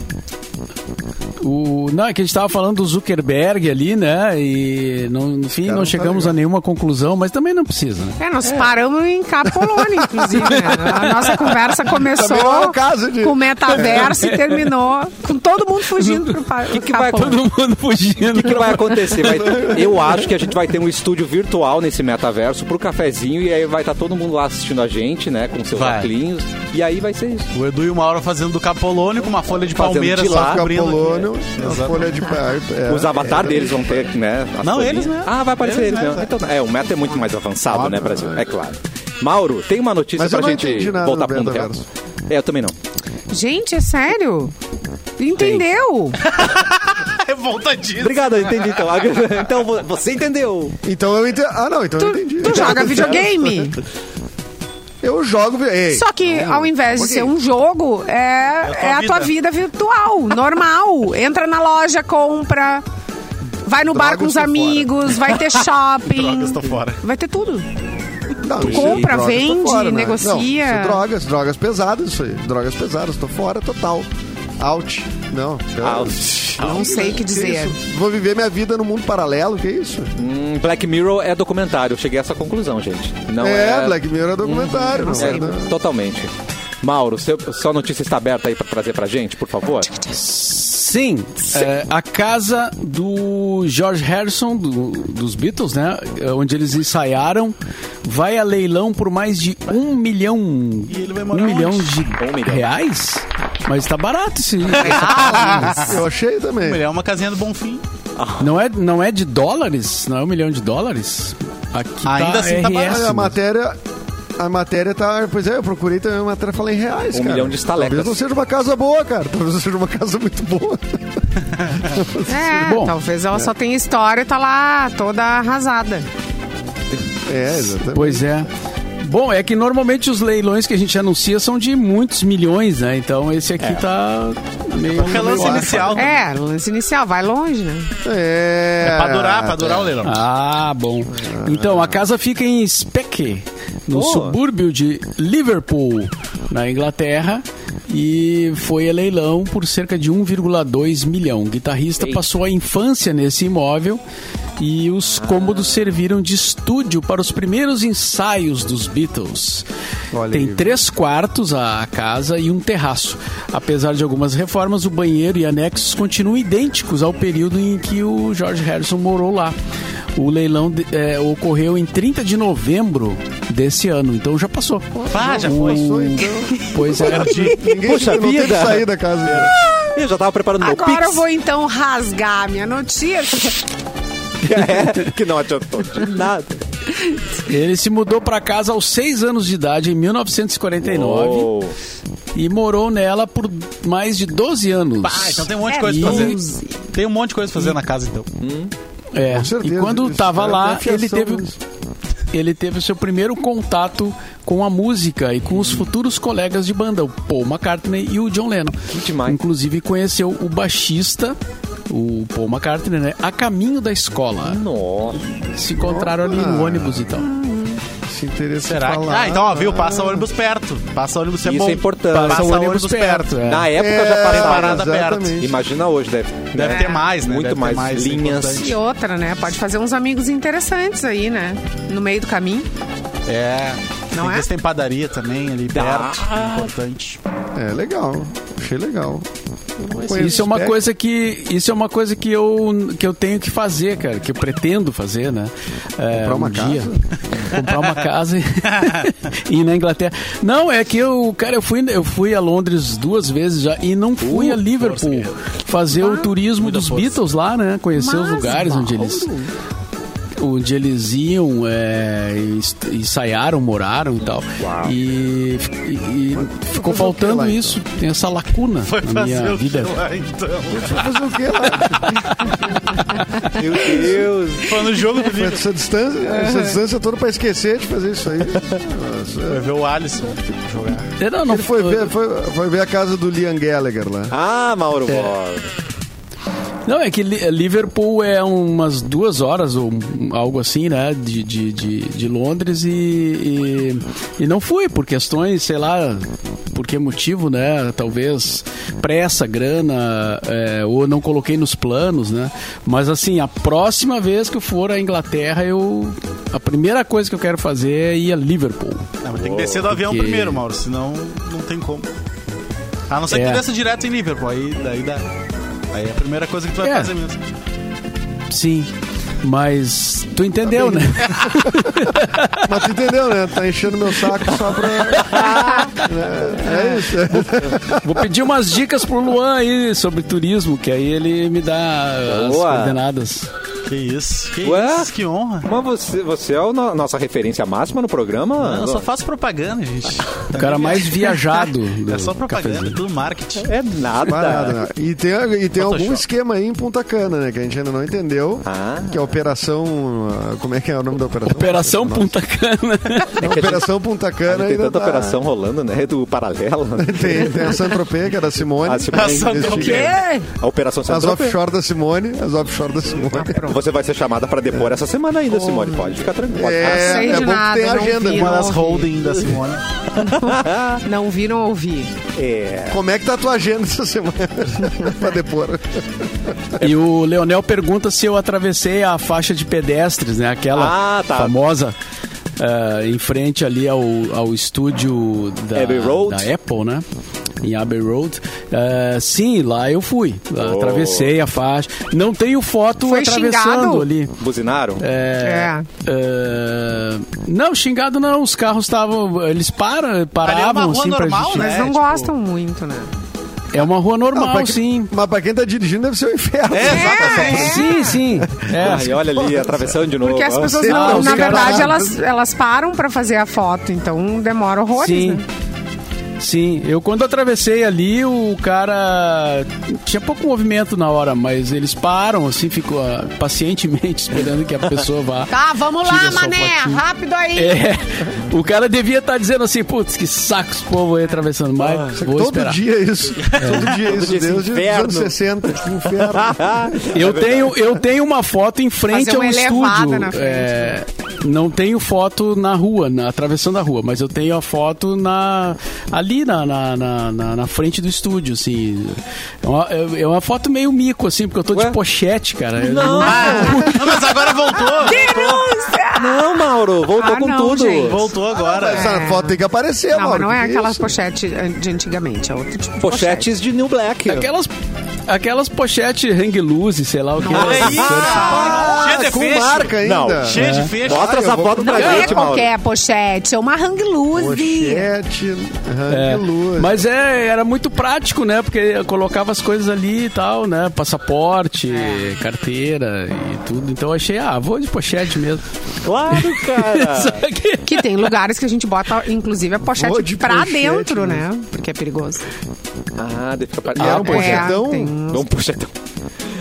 Speaker 4: O, não, é que a gente tava falando do Zuckerberg ali, né? E, não, enfim, não
Speaker 5: não tá
Speaker 4: chegamos a nenhuma conclusão, mas também não precisa, né?
Speaker 2: É, nós paramos em Capolônia, inclusive. né? A nossa conversa começou
Speaker 5: Também não é o caso de-
Speaker 2: com o metaverso e terminou com todo mundo fugindo pro pa-
Speaker 1: que vai-
Speaker 2: Capolônia.
Speaker 4: Todo mundo fugindo.
Speaker 1: O que, que vai acontecer? Vai- eu acho que a gente vai ter um estúdio virtual nesse metaverso pro cafezinho e aí vai estar todo mundo lá assistindo a gente, né? Com seus
Speaker 3: Vai.
Speaker 1: óculos. E aí vai ser isso.
Speaker 3: O Edu e o Mauro fazendo do Cabo Polônio com uma folha de
Speaker 1: Fazendo
Speaker 3: palmeira
Speaker 1: de lá,
Speaker 3: só cobrindo. aqui. [LAUGHS]
Speaker 5: Capolônio, a
Speaker 3: Exato.
Speaker 5: folha de perto. é.
Speaker 1: Os avatar deles vão ter, né? as
Speaker 3: Não,
Speaker 1: folhinhas.
Speaker 3: eles mesmo.
Speaker 1: Ah, vai aparecer
Speaker 3: Eles né?
Speaker 1: eles, mesmo.
Speaker 3: mesmo,
Speaker 1: Então, é, o meta é muito mais avançado, né, Brasil? É claro. Mauro, tem uma notícia
Speaker 5: Mas eu
Speaker 1: pra
Speaker 5: não
Speaker 1: gente
Speaker 5: entendi nada
Speaker 1: voltar
Speaker 5: do
Speaker 1: pro mundo real?
Speaker 5: metaverso.
Speaker 1: É, eu também não.
Speaker 2: Gente, é sério? Entendeu?
Speaker 3: É Revoltadíssimo.
Speaker 1: Obrigado, eu entendi
Speaker 5: [LAUGHS]
Speaker 1: então. Então vo- você entendeu.
Speaker 5: Então eu entendi. Ah, não, então [LAUGHS] eu entendi.
Speaker 2: Tu, tu joga videogame.
Speaker 5: Eu jogo. vi- Ei,
Speaker 2: Só que ao invés de
Speaker 5: ok.
Speaker 2: ser um jogo, é,
Speaker 3: tua
Speaker 2: é a tua vida virtual, normal. Entra na loja, compra. Vai no bar
Speaker 5: Drogas,
Speaker 2: com os
Speaker 5: tô fora.
Speaker 2: amigos, vai ter shopping.
Speaker 3: Drogas, tô fora.
Speaker 2: Vai ter tudo.
Speaker 5: não, isso aí,
Speaker 2: compra,
Speaker 5: drogas, tô
Speaker 2: vende,
Speaker 5: né?
Speaker 2: negocia.
Speaker 5: Não, isso é drogas, drogas pesadas, isso aí. Drogas pesadas, tô fora total. Out. Não. pera-
Speaker 1: Out.
Speaker 2: Não sei o que dizer.
Speaker 5: isso? Vou viver minha vida num mundo paralelo, que isso?
Speaker 1: Hum, Black Mirror é documentário. Eu cheguei a essa conclusão, gente. Não
Speaker 5: é,
Speaker 1: é,
Speaker 5: Black Mirror é documentário. não é, não.
Speaker 1: É, totalmente. Mauro, seu, sua notícia está aberta aí para trazer pra gente, por favor?
Speaker 4: Sim, é, a casa do George Harrison, do- dos Beatles, né? é, Onde eles ensaiaram, vai a leilão por mais de um milhão.
Speaker 3: ele vai morar
Speaker 4: um milhão
Speaker 3: onde?
Speaker 4: de
Speaker 1: Um milhão.
Speaker 4: reais? Mas tá barato esse.
Speaker 1: Ah.
Speaker 5: Eu achei também.
Speaker 3: Ele é uma casinha do Bonfim.
Speaker 4: não, é, não é de dólares? Não é um milhão de dólares? Aqui
Speaker 3: Ainda
Speaker 4: tá
Speaker 3: assim tá barato.
Speaker 4: RS,
Speaker 5: Olha, a
Speaker 4: mesmo.
Speaker 5: matéria. A matéria tá. Pois é, eu procurei também a matéria fala em reais.
Speaker 1: Um
Speaker 5: cara.
Speaker 1: milhão de estalecas.
Speaker 5: Talvez não seja uma casa boa, cara. Talvez não seja uma casa muito boa.
Speaker 2: É,
Speaker 4: Bom.
Speaker 2: talvez ela só tenha história e tá lá toda arrasada.
Speaker 5: É, exatamente.
Speaker 4: Pois é. Bom, é que normalmente os leilões que a gente anuncia são de muitos milhões, né? Então esse aqui tá meio.
Speaker 3: É. Qualquer lance
Speaker 5: eu acho.
Speaker 3: inicial. né?
Speaker 2: É, lance inicial, vai longe, né?
Speaker 5: É.
Speaker 3: Pra durar, pra durar o leilão.
Speaker 4: Ah, bom. Então, a casa fica em Speke,
Speaker 5: Oh.
Speaker 4: no subúrbio de Liverpool, na Inglaterra, e foi a leilão por cerca de 1,2 milhão. O guitarrista passou a infância nesse imóvel e os
Speaker 5: Ah.
Speaker 4: cômodos serviram de estúdio para os primeiros ensaios dos Beatles.
Speaker 5: Olha
Speaker 4: Tem
Speaker 5: aí.
Speaker 4: três quartos a casa e um terraço. Apesar de algumas reformas, o banheiro e anexos continuam idênticos ao período em que o George Harrison morou lá. O leilão de- é, ocorreu em 30 de novembro desse ano, então já passou.
Speaker 3: Ah, já foi.
Speaker 5: Sou, então.
Speaker 4: Pois é.
Speaker 5: [LAUGHS] Ninguém
Speaker 1: Poxa
Speaker 5: não teve
Speaker 1: vida.
Speaker 5: que sair da casa.
Speaker 1: Eu já tava preparando meu
Speaker 2: Agora eu
Speaker 1: pix,
Speaker 2: vou então rasgar a minha notícia.
Speaker 1: [LAUGHS] é, que não adiantou de nada.
Speaker 4: Ele se mudou para casa aos 6 anos de idade, em
Speaker 3: É
Speaker 4: 1949,
Speaker 5: Oh.
Speaker 1: Uou.
Speaker 4: e morou nela por mais de 12 anos.
Speaker 3: Ah, então tem um monte de
Speaker 2: É,
Speaker 3: coisa pra
Speaker 4: doze.
Speaker 3: fazer. Tem um monte de coisa pra fazer na casa, então.
Speaker 1: Hum,
Speaker 4: É,
Speaker 5: Com certeza.
Speaker 4: e quando
Speaker 5: Isso
Speaker 4: tava
Speaker 5: era
Speaker 4: lá,
Speaker 5: até fiação
Speaker 4: ele teve,
Speaker 5: mesmo.
Speaker 4: ele teve o seu primeiro contato com a música e com os
Speaker 5: Hum.
Speaker 4: futuros colegas de banda, o Paul McCartney e o John Lennon.
Speaker 1: demais.
Speaker 4: Inclusive conheceu o baixista, o Paul McCartney, né? A caminho da escola.
Speaker 1: Oh, Nossa.
Speaker 4: Se encontraram ali no ônibus então. e tal.
Speaker 5: Se interessa
Speaker 3: Será que. Ah, então, ó, viu? Passa o ônibus perto. Passa o ônibus é
Speaker 1: Isso
Speaker 3: bom.
Speaker 1: é importante.
Speaker 3: Passa
Speaker 1: Passa
Speaker 3: o ônibus perto.
Speaker 4: é.
Speaker 1: Na época já
Speaker 3: parada
Speaker 1: passava.
Speaker 3: perto.
Speaker 5: exatamente.
Speaker 1: Imagina hoje, deve.
Speaker 3: Deve ter mais, né?
Speaker 1: É. Muito
Speaker 3: Deve ter
Speaker 1: mais,
Speaker 3: é
Speaker 1: linhas.
Speaker 3: importante.
Speaker 2: E outra, né? Pode fazer uns amigos interessantes aí, né? No meio do caminho.
Speaker 3: É.
Speaker 2: Não
Speaker 3: tem
Speaker 2: é?
Speaker 3: que ver se tem padaria também ali
Speaker 1: Dá.
Speaker 3: perto. Importante.
Speaker 5: É legal. Achei legal.
Speaker 4: Isso é uma coisa que isso é uma coisa que eu que eu tenho que fazer, cara, que eu pretendo fazer, né? É,
Speaker 5: Comprar uma
Speaker 4: um dia. [LAUGHS] comprar uma casa e- [LAUGHS] e ir na Inglaterra. Não, é que eu, cara, eu fui eu fui a Londres duas vezes já e não fui a Liverpool fazer o turismo dos Beatles lá, né? Conhecer os
Speaker 2: Mas,
Speaker 4: lugares onde eles onde eles iam, é, e est- ensaiaram, moraram e tal. E, e- e ficou
Speaker 5: fazer o quê
Speaker 4: faltando
Speaker 5: lá, então?
Speaker 4: isso, tem essa lacuna
Speaker 3: Foi
Speaker 4: na minha
Speaker 3: fazer
Speaker 1: é
Speaker 4: vida.
Speaker 3: o que lá,
Speaker 1: assim.
Speaker 3: então.
Speaker 5: Fazer o quê lá?
Speaker 1: Meu Deus.
Speaker 3: Foi no jogo do
Speaker 5: Foi
Speaker 3: livro.
Speaker 5: Tipo, Essa distância, essa
Speaker 3: É.
Speaker 5: distância é toda pra esquecer de fazer isso aí. Nossa.
Speaker 3: Foi ver o Alisson jogar.
Speaker 4: É, Não, não
Speaker 5: Ele foi ver, foi, foi ver a casa do Liam Gallagher lá.
Speaker 1: Ah, Mauro
Speaker 3: É.
Speaker 1: Borba.
Speaker 4: Não, é que Li- Liverpool é umas duas horas ou um- algo assim, né? De, de, de, de Londres e, e, e não fui por questões, sei lá, por que motivo, né? Talvez pressa, grana, é, ou não coloquei nos planos, né? Mas assim, a próxima vez que eu for à Inglaterra, eu. A primeira coisa que eu quero fazer é ir a Liverpool.
Speaker 3: Não, mas tem que descer do avião
Speaker 4: porque-
Speaker 3: primeiro, Mauro, senão não tem como. A não ser que
Speaker 4: É.
Speaker 3: tu desça direto em Liverpool, aí daí dá. Aí é a primeira coisa que tu vai
Speaker 4: É.
Speaker 3: fazer mesmo.
Speaker 4: Sim. Mas tu entendeu, né?
Speaker 5: Mas tu entendeu, né? Tá enchendo meu saco
Speaker 3: [LAUGHS]
Speaker 5: só pra. É, é isso.
Speaker 4: Vou pedir umas dicas pro Luan aí sobre turismo, que aí ele me dá as
Speaker 1: Boa.
Speaker 4: coordenadas.
Speaker 3: Que isso, que
Speaker 1: Ué?
Speaker 3: isso, que honra.
Speaker 1: Mas você, você é a no- nossa referência máxima no programa?
Speaker 3: Não, eu só faço propaganda, gente.
Speaker 1: Tá
Speaker 4: O cara mais viajado.
Speaker 1: [LAUGHS]
Speaker 3: [LAUGHS]
Speaker 4: do
Speaker 3: É só propaganda,
Speaker 4: cafezinho.
Speaker 3: tudo marketing.
Speaker 1: É nada.
Speaker 5: Parada, né? E tem, e tem algum
Speaker 3: Photoshop.
Speaker 5: esquema aí em Punta Cana, né? Que a gente ainda não entendeu.
Speaker 1: Ah.
Speaker 5: Que é a operação. ah, Como é que é o nome da operação?
Speaker 4: Operação
Speaker 5: Nossa,
Speaker 4: Punta Cana.
Speaker 5: é Operação Punta Cana.
Speaker 1: Tem
Speaker 5: ainda
Speaker 1: tanta
Speaker 5: tá-
Speaker 1: operação rolando, né? Do [LAUGHS] paralelo.
Speaker 5: Tem, tem a Saint-Tropez, que é da Simone.
Speaker 1: A Simone
Speaker 5: As
Speaker 1: investiga. A Operação
Speaker 5: As
Speaker 1: Saint-Tropez.
Speaker 5: offshore da Simone. As offshore da Simone.
Speaker 1: Você vai ser chamada pra depor essa semana ainda, Simone. Pode ficar tranquilo. Pode ficar
Speaker 5: É,
Speaker 2: sei
Speaker 5: é
Speaker 2: de
Speaker 5: bom que
Speaker 2: nada,
Speaker 5: tem
Speaker 2: não
Speaker 5: agenda.
Speaker 2: vi,
Speaker 3: Uma
Speaker 5: Mas
Speaker 3: das
Speaker 2: Não,
Speaker 3: holding da Simone.
Speaker 2: Não viram ouvir.
Speaker 1: É.
Speaker 5: Como é que tá a tua agenda
Speaker 2: [LAUGHS]
Speaker 5: essa semana? pra depor.
Speaker 1: É.
Speaker 4: E o Leonel pergunta se eu atravessei a faixa de pedestres, né? Aquela
Speaker 1: Ah, tá.
Speaker 4: famosa. ah, em frente ali ao, ao estúdio da,
Speaker 1: Abbey Road?
Speaker 4: da Apple, né? Em Abbey Road. Ah, sim, lá eu fui. Lá
Speaker 1: Oh.
Speaker 4: Atravessei a faixa. Não tenho foto
Speaker 2: Foi
Speaker 4: atravessando
Speaker 2: xingado?
Speaker 4: ali.
Speaker 1: Buzinaram?
Speaker 4: É. é, não, xingado não. Os carros estavam. Eles param,
Speaker 3: Ali é uma
Speaker 4: paravam
Speaker 3: rua
Speaker 4: assim pra
Speaker 3: normal,
Speaker 4: gente.
Speaker 3: né?
Speaker 2: Mas
Speaker 3: É,
Speaker 2: não
Speaker 3: tipo-
Speaker 2: gostam muito, né?
Speaker 4: É uma rua normal,
Speaker 5: pra que-
Speaker 4: sim.
Speaker 5: Mas pra quem tá dirigindo deve ser um inferno.
Speaker 2: É?
Speaker 4: Sim, sim. É.
Speaker 1: Ai, olha ali, atravessando de novo.
Speaker 2: Porque as
Speaker 1: Ah,
Speaker 2: pessoas,
Speaker 5: sei
Speaker 2: não-
Speaker 4: lá, os
Speaker 2: na
Speaker 4: caras-
Speaker 2: verdade, elas, elas param pra fazer a foto, então demora horrores,
Speaker 4: Sim.
Speaker 2: né?
Speaker 4: Sim, eu quando atravessei ali, o cara tinha pouco movimento na hora, mas eles param assim, ficou ah, pacientemente [LAUGHS] esperando que a pessoa vá.
Speaker 2: Tá, vamos
Speaker 4: Tira
Speaker 2: lá,
Speaker 4: só
Speaker 2: mané,
Speaker 4: fotinho.
Speaker 2: rápido aí.
Speaker 4: É, o cara devia estar dizendo assim, putz, que saco esse povo aí atravessando, mas vou
Speaker 5: Ah, Todo
Speaker 4: esperar.
Speaker 5: dia é isso. Todo dia é isso.
Speaker 1: dia esse
Speaker 5: Desde os
Speaker 1: inferno.
Speaker 5: anos 60. Que inferno.
Speaker 1: [LAUGHS] Ah, É
Speaker 4: Eu tenho, eu tenho uma foto em frente
Speaker 2: Fazer
Speaker 4: ao
Speaker 2: uma elevada
Speaker 4: estúdio.
Speaker 2: na frente, né?
Speaker 4: É, não tenho foto na rua, na- atravessando a rua, mas eu tenho a foto na, ali na, na, na, na- na frente do estúdio, assim. É uma, é- é uma foto meio mico, assim, porque eu tô
Speaker 1: Ué?
Speaker 4: de pochete, cara. Eu
Speaker 1: Não,
Speaker 3: Não, mas agora voltou.
Speaker 1: não, Mauro, voltou
Speaker 2: Ah,
Speaker 1: com
Speaker 2: não,
Speaker 1: tudo.
Speaker 2: gente.
Speaker 3: Voltou agora.
Speaker 5: Essa foto tem que aparecer,
Speaker 2: É. Não, mas
Speaker 5: Mauro,
Speaker 2: não é
Speaker 5: que
Speaker 2: aquela
Speaker 5: isso?
Speaker 2: pochete de antigamente, é outro tipo de pochete.
Speaker 1: Pochetes de New Black.
Speaker 4: Aquelas, aquelas pochete hang loose, sei lá o que.
Speaker 3: Olha aí, É cheio de
Speaker 5: com
Speaker 3: fecho.
Speaker 5: marca ainda.
Speaker 1: Não.
Speaker 3: Cheio de fecho.
Speaker 1: Mostra
Speaker 5: eu
Speaker 1: essa
Speaker 5: vou-
Speaker 1: foto
Speaker 2: Não
Speaker 1: pra
Speaker 2: é
Speaker 1: gente, Mauro.
Speaker 2: qualquer pochete, é uma hang loose.
Speaker 5: Pochete,
Speaker 4: É,
Speaker 5: hang
Speaker 4: Mas é, era muito prático, né? Porque eu colocava as coisas ali e tal, né? Passaporte,
Speaker 2: É.
Speaker 4: carteira e tudo. Então eu achei, ah, vou de pochete mesmo.
Speaker 1: Claro,
Speaker 4: Só
Speaker 1: [LAUGHS] cara.
Speaker 4: que-
Speaker 2: Que tem lugares que a gente bota, inclusive, a
Speaker 5: Vou
Speaker 2: pochete
Speaker 5: de
Speaker 2: pra
Speaker 5: pochete
Speaker 2: dentro, né? Porque é perigoso.
Speaker 1: ah, deixa eu
Speaker 5: E era
Speaker 1: parar.
Speaker 5: um
Speaker 1: Ah, poxa.
Speaker 2: É,
Speaker 5: pochetão?
Speaker 2: tem-
Speaker 1: Não, um pochete.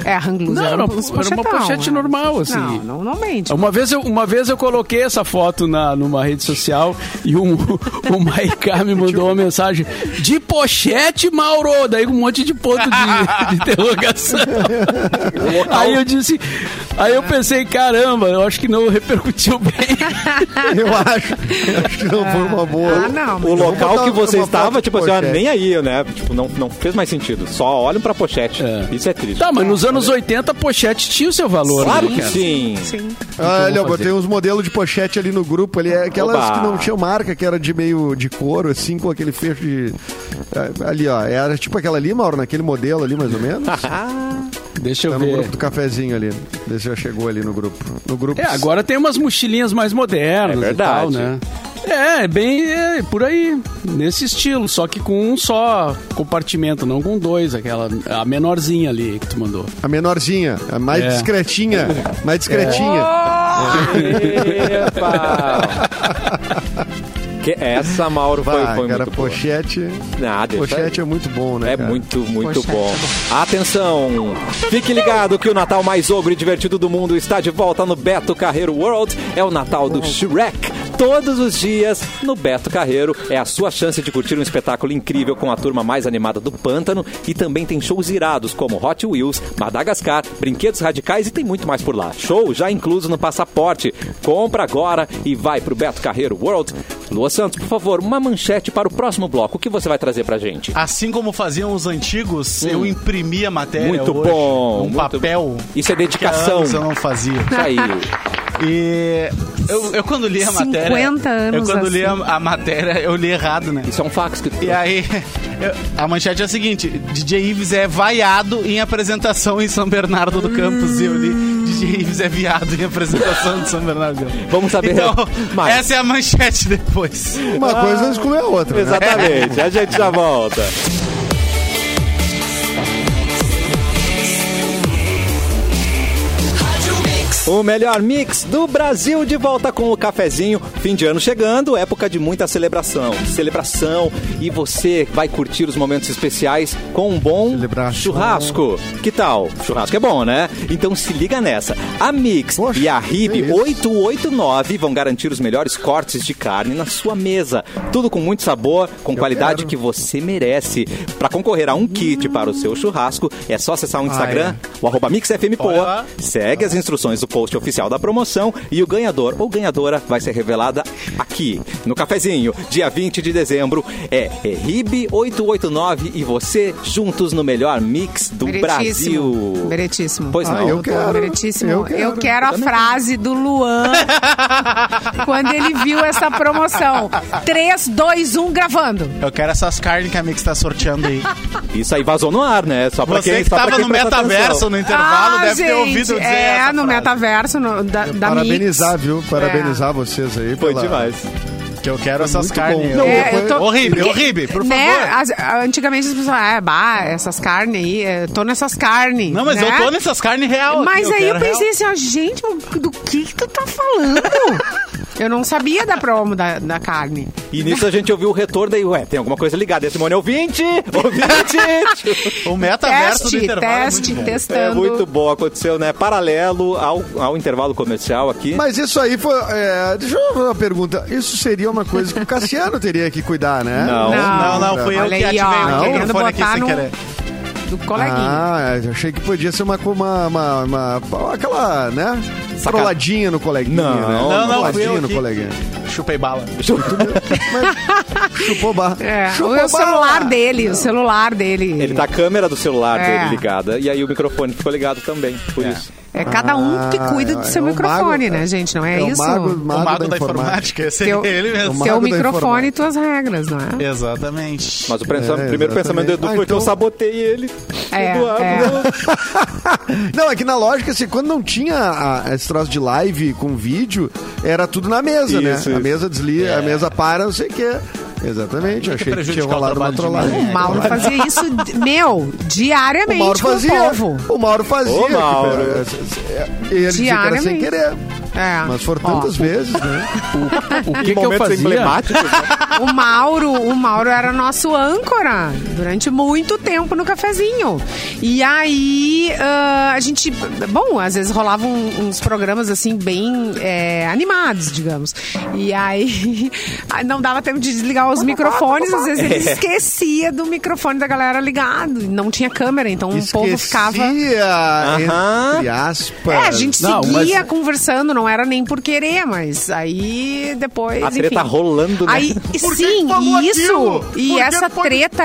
Speaker 2: É, a hang loose
Speaker 4: Não,
Speaker 2: era,
Speaker 4: era
Speaker 2: um-
Speaker 4: uma-
Speaker 2: uns
Speaker 4: era uma
Speaker 2: pochetão,
Speaker 4: pochete
Speaker 2: é.
Speaker 4: normal, assim.
Speaker 2: Não, normalmente.
Speaker 4: Uma vez, eu, uma vez eu coloquei essa foto na, numa rede social e um, [LAUGHS] o Maiká me mandou uma mensagem de pochete, Mauro! Daí com um monte de ponto
Speaker 5: [LAUGHS]
Speaker 4: de, de interrogação. Aí eu disse, aí eu pensei, caramba, eu acho que não repercutiu bem.
Speaker 5: [LAUGHS] Eu acho. Acho que não foi uma boa.
Speaker 2: Ah, não.
Speaker 1: O
Speaker 2: mas-
Speaker 1: local
Speaker 5: botar
Speaker 1: que você
Speaker 5: uma foto
Speaker 1: estava,
Speaker 5: de
Speaker 1: tipo assim, ó,
Speaker 5: pochete.
Speaker 1: nem aí, né? Tipo, não, não fez mais sentido. Só olham pra pochete.
Speaker 4: É.
Speaker 1: Isso é triste.
Speaker 4: Tá, mas nos anos 80 pochete tinha o seu valor,
Speaker 1: Claro
Speaker 4: né,
Speaker 1: que
Speaker 4: cara?
Speaker 1: sim.
Speaker 2: Sim.
Speaker 5: Olha, eu
Speaker 4: fazer?
Speaker 5: Ah, botei uns modelos de pochete ali no grupo. Ali, é aquelas
Speaker 1: Oba.
Speaker 5: que não tinham marca, que era de meio de couro, assim, com aquele fecho de. ah, Ali, ó. Era tipo aquela ali, Mauro, naquele modelo ali, mais ou menos.
Speaker 1: Ah,
Speaker 4: Deixa eu
Speaker 5: Tá no
Speaker 4: ver.
Speaker 5: grupo do cafezinho ali. Vê se já chegou ali no grupo. No grupo.
Speaker 4: É, agora tem umas mochilinhas mais modernas
Speaker 1: É
Speaker 4: e tal,
Speaker 1: verdade.
Speaker 4: né? É, é bem é, por aí, nesse estilo, só que com um só compartimento, não com dois, aquela a menorzinha ali que tu mandou.
Speaker 5: A menorzinha, a mais
Speaker 4: É.
Speaker 5: discretinha. Mais
Speaker 1: É.
Speaker 5: discretinha.
Speaker 1: Epa! que essa, Mauro, foi,
Speaker 5: Vai,
Speaker 1: foi
Speaker 5: cara,
Speaker 1: muito boa.
Speaker 5: pochete.
Speaker 1: Ah, deixa
Speaker 5: Pochete é muito bom, né?
Speaker 1: É
Speaker 5: cara?
Speaker 1: muito, muito
Speaker 2: Poxa,
Speaker 1: bom. Atenção! Fique ligado que o Natal mais ogro e divertido do mundo está de volta no Beto Carreiro World. É o Natal do Shrek. Todos os dias no Beto Carreiro é a sua chance de curtir um espetáculo incrível com a turma mais animada do pântano e também tem shows irados como Hot Wheels, Madagascar, Brinquedos Radicais e tem muito mais por lá. Show já incluso no passaporte. Compra agora e vai pro Beto Carreiro World. Lua Santos, por favor, uma manchete para o próximo bloco. O que você vai trazer pra gente?
Speaker 3: Assim como faziam os antigos, eu imprimia a matéria
Speaker 1: Muito
Speaker 3: É, né, hoje,
Speaker 1: bom,
Speaker 3: num
Speaker 1: muito
Speaker 3: papel.
Speaker 1: bom. Isso é
Speaker 3: que há
Speaker 1: dedicação.
Speaker 3: anos né? eu não fazia.
Speaker 1: Isso aí.
Speaker 3: E eu, eu quando li a matéria...
Speaker 2: 50 anos
Speaker 3: Eu quando li a,
Speaker 2: assim.
Speaker 3: a matéria, eu li errado, né?
Speaker 1: Isso é um fax que tu
Speaker 3: [LAUGHS] E aí, eu- a manchete é a seguinte: DJ Ives é vaiado em apresentação em São Bernardo do Campos. E eu
Speaker 2: Hum.
Speaker 3: li: DJ Ives é viado em apresentação de São Bernardo do Campos.
Speaker 1: Vamos saber
Speaker 3: Então,
Speaker 1: mais.
Speaker 3: essa é a manchete depois.
Speaker 5: Uma coisa exclui a outra. né?
Speaker 1: Exatamente. A gente já volta. O melhor mix do Brasil de volta com o cafezinho. Fim de ano chegando, época de muita celebração. Celebração e você vai curtir os momentos especiais com um bom
Speaker 5: Celebração.
Speaker 1: churrasco. Que tal? Churrasco é bom, né? Então se liga nessa. A Mix
Speaker 5: Poxa,
Speaker 1: e a
Speaker 5: que
Speaker 1: RIB
Speaker 5: isso.
Speaker 1: 889 vão garantir os melhores cortes de carne na sua mesa. Tudo com muito sabor, com qualidade
Speaker 5: quero.
Speaker 1: que você merece. Para concorrer a um kit para o seu churrasco, é só acessar o Instagram, o arroba
Speaker 3: Ah, é. Olha
Speaker 1: MixFMPoa.
Speaker 3: lá.
Speaker 1: Segue as instruções do post oficial da promoção e o ganhador ou ganhadora vai ser revelada aqui, no cafezinho, dia 20 de dezembro. É, é RIB 889 e você juntos no melhor mix do
Speaker 2: Meretíssimo.
Speaker 1: Brasil.
Speaker 2: Meretíssimo.
Speaker 1: Pois não.
Speaker 5: Ah, eu quero.
Speaker 2: Meretíssimo.
Speaker 5: Eu
Speaker 2: Eu
Speaker 5: quero.
Speaker 2: quero, a frase do Luan quando ele viu essa promoção. 3, 2, 1, gravando.
Speaker 3: Eu quero essas carnes que a Mix tá sorteando [LAUGHS] aí.
Speaker 1: Isso aí vazou no ar, né? Só pra
Speaker 3: Você
Speaker 1: quem,
Speaker 3: que
Speaker 1: só pra
Speaker 3: tava
Speaker 1: quem
Speaker 3: no
Speaker 1: presta
Speaker 3: metaverso
Speaker 1: atenção.
Speaker 3: no intervalo
Speaker 2: Ah,
Speaker 3: deve ter
Speaker 2: gente,
Speaker 3: ouvido dizer.
Speaker 2: É,
Speaker 3: essa
Speaker 2: no
Speaker 3: frase.
Speaker 2: metaverso no, da, da
Speaker 5: É, Parabenizar,
Speaker 2: Mix. É.
Speaker 5: viu? Parabenizar vocês aí.
Speaker 1: Foi
Speaker 5: pela-
Speaker 1: demais.
Speaker 3: Que eu quero essas
Speaker 5: muito bom.
Speaker 3: carnes.
Speaker 5: Não,
Speaker 3: Eu-
Speaker 2: É, eu tô-
Speaker 3: Horrível,
Speaker 2: porque,
Speaker 3: horrível, por
Speaker 2: né,
Speaker 3: favor.
Speaker 2: as- antigamente as pessoas, ah, bah, essas carnes aí, eh, tô nessas carnes.
Speaker 3: Não, mas
Speaker 2: né?
Speaker 3: eu tô nessas carnes real. aqui,
Speaker 2: Mas aí eu
Speaker 3: quero real.
Speaker 2: pensei assim, ó, gente, mas do que que tu tá
Speaker 3: [LAUGHS]
Speaker 2: falando? eu não sabia da promo da, da carne.
Speaker 1: E nisso a gente ouviu o retorno daí, ué, tem alguma coisa ligada. E a Simone é ouvinte! Ouvinte!
Speaker 3: [LAUGHS] O metaverso do
Speaker 2: Teste,
Speaker 3: intervalo. é muito
Speaker 2: teste,
Speaker 3: bom.
Speaker 2: testando.
Speaker 1: é muito bom, aconteceu, né? Paralelo ao, ao intervalo comercial aqui.
Speaker 5: Mas isso aí foi. é, deixa eu fazer uma pergunta. Isso seria uma coisa que o Cassiano teria que cuidar, né?
Speaker 1: Não.
Speaker 5: Ah,
Speaker 3: Não, não, fui eu
Speaker 2: Ah, Olha
Speaker 3: que
Speaker 2: aí,
Speaker 3: ativei
Speaker 2: ó,
Speaker 3: o
Speaker 2: querendo
Speaker 3: microfone aqui
Speaker 2: botar
Speaker 3: sem
Speaker 2: no-
Speaker 3: querer.
Speaker 2: Do coleguinha.
Speaker 5: Ah, eu achei que podia ser uma. co- uma, uma, uma- aquela, né?
Speaker 1: Saca-
Speaker 5: Trolladinha no coleguinha.
Speaker 1: Não.
Speaker 5: né?
Speaker 1: Não,
Speaker 5: Uma
Speaker 3: Não, não, fui
Speaker 5: trolladinha
Speaker 3: eu
Speaker 5: no
Speaker 3: que-
Speaker 5: coleguinha.
Speaker 3: que Chupei bala.
Speaker 5: Chupou barra.
Speaker 2: É,
Speaker 5: Chupou
Speaker 2: o
Speaker 5: barra.
Speaker 2: celular dele, o celular dele.
Speaker 1: Ele tá a câmera do celular
Speaker 2: É.
Speaker 1: dele ligada e aí o microfone ficou ligado também, por isso.
Speaker 2: É cada um que cuida
Speaker 5: Ah,
Speaker 2: do seu
Speaker 5: é o
Speaker 2: microfone,
Speaker 5: mago-
Speaker 2: né, gente? Não é,
Speaker 5: é o
Speaker 2: isso?
Speaker 5: mago-
Speaker 3: O mago da
Speaker 5: da
Speaker 3: informática, esse é
Speaker 2: Teu,
Speaker 3: ele mesmo.
Speaker 5: mago
Speaker 2: teu
Speaker 5: da
Speaker 2: microfone e tuas regras, não é?
Speaker 3: Exatamente.
Speaker 1: Mas o pensa-
Speaker 5: É,
Speaker 1: primeiro
Speaker 5: exatamente.
Speaker 1: pensamento do Edu
Speaker 5: Ah,
Speaker 1: foi que eu
Speaker 5: então-
Speaker 1: sabotei ele. ah,
Speaker 2: É,
Speaker 1: Eduardo,
Speaker 2: é.
Speaker 1: não.
Speaker 5: Não, é que na lógica, assim, quando não tinha a- esse troço de live com vídeo, era tudo na mesa, né?
Speaker 1: Isso, É.
Speaker 5: A
Speaker 1: isso.
Speaker 5: mesa desliga, a mesa para, não sei o quê. Exatamente, achei que tinha
Speaker 3: prejudicar o
Speaker 5: rolado
Speaker 3: trabalho
Speaker 5: uma
Speaker 3: de
Speaker 5: trollagem.
Speaker 2: O Mauro fazia
Speaker 5: [LAUGHS]
Speaker 2: isso, meu,
Speaker 5: É, O
Speaker 2: diariamente
Speaker 5: Mauro
Speaker 2: com o
Speaker 5: fazia.
Speaker 2: povo.
Speaker 5: O Mauro fazia.
Speaker 1: Ô, Mauro.
Speaker 5: que, é, é, Ele dizia que era sem
Speaker 2: Diariamente.
Speaker 5: querer.
Speaker 2: É.
Speaker 5: Mas foram
Speaker 2: Ó,
Speaker 5: tantas vezes, né?
Speaker 4: O que, que eu
Speaker 1: Momentos
Speaker 4: fazia?
Speaker 1: emblemáticos. né?
Speaker 2: O Mauro, o Mauro era nosso âncora durante muito tempo no cafezinho. E aí ah, a gente, bom, às vezes rolavam uns programas assim bem é, animados, digamos. E aí [LAUGHS] não dava tempo de desligar os microfones, às vezes
Speaker 5: É.
Speaker 2: ele esquecia do microfone da galera ligado, não tinha câmera, então o povo ficava
Speaker 5: Esquecia, entre aspas.
Speaker 2: é, a gente
Speaker 4: Não,
Speaker 2: seguia conversando, não era nem por querer, mas aí depois.
Speaker 1: A treta
Speaker 2: enfim.
Speaker 1: rolando, né?
Speaker 2: Aí,
Speaker 3: Por que
Speaker 2: sim,
Speaker 3: que falou
Speaker 2: e isso.
Speaker 3: aquilo?
Speaker 2: E
Speaker 3: Por que
Speaker 2: essa
Speaker 3: pode- tá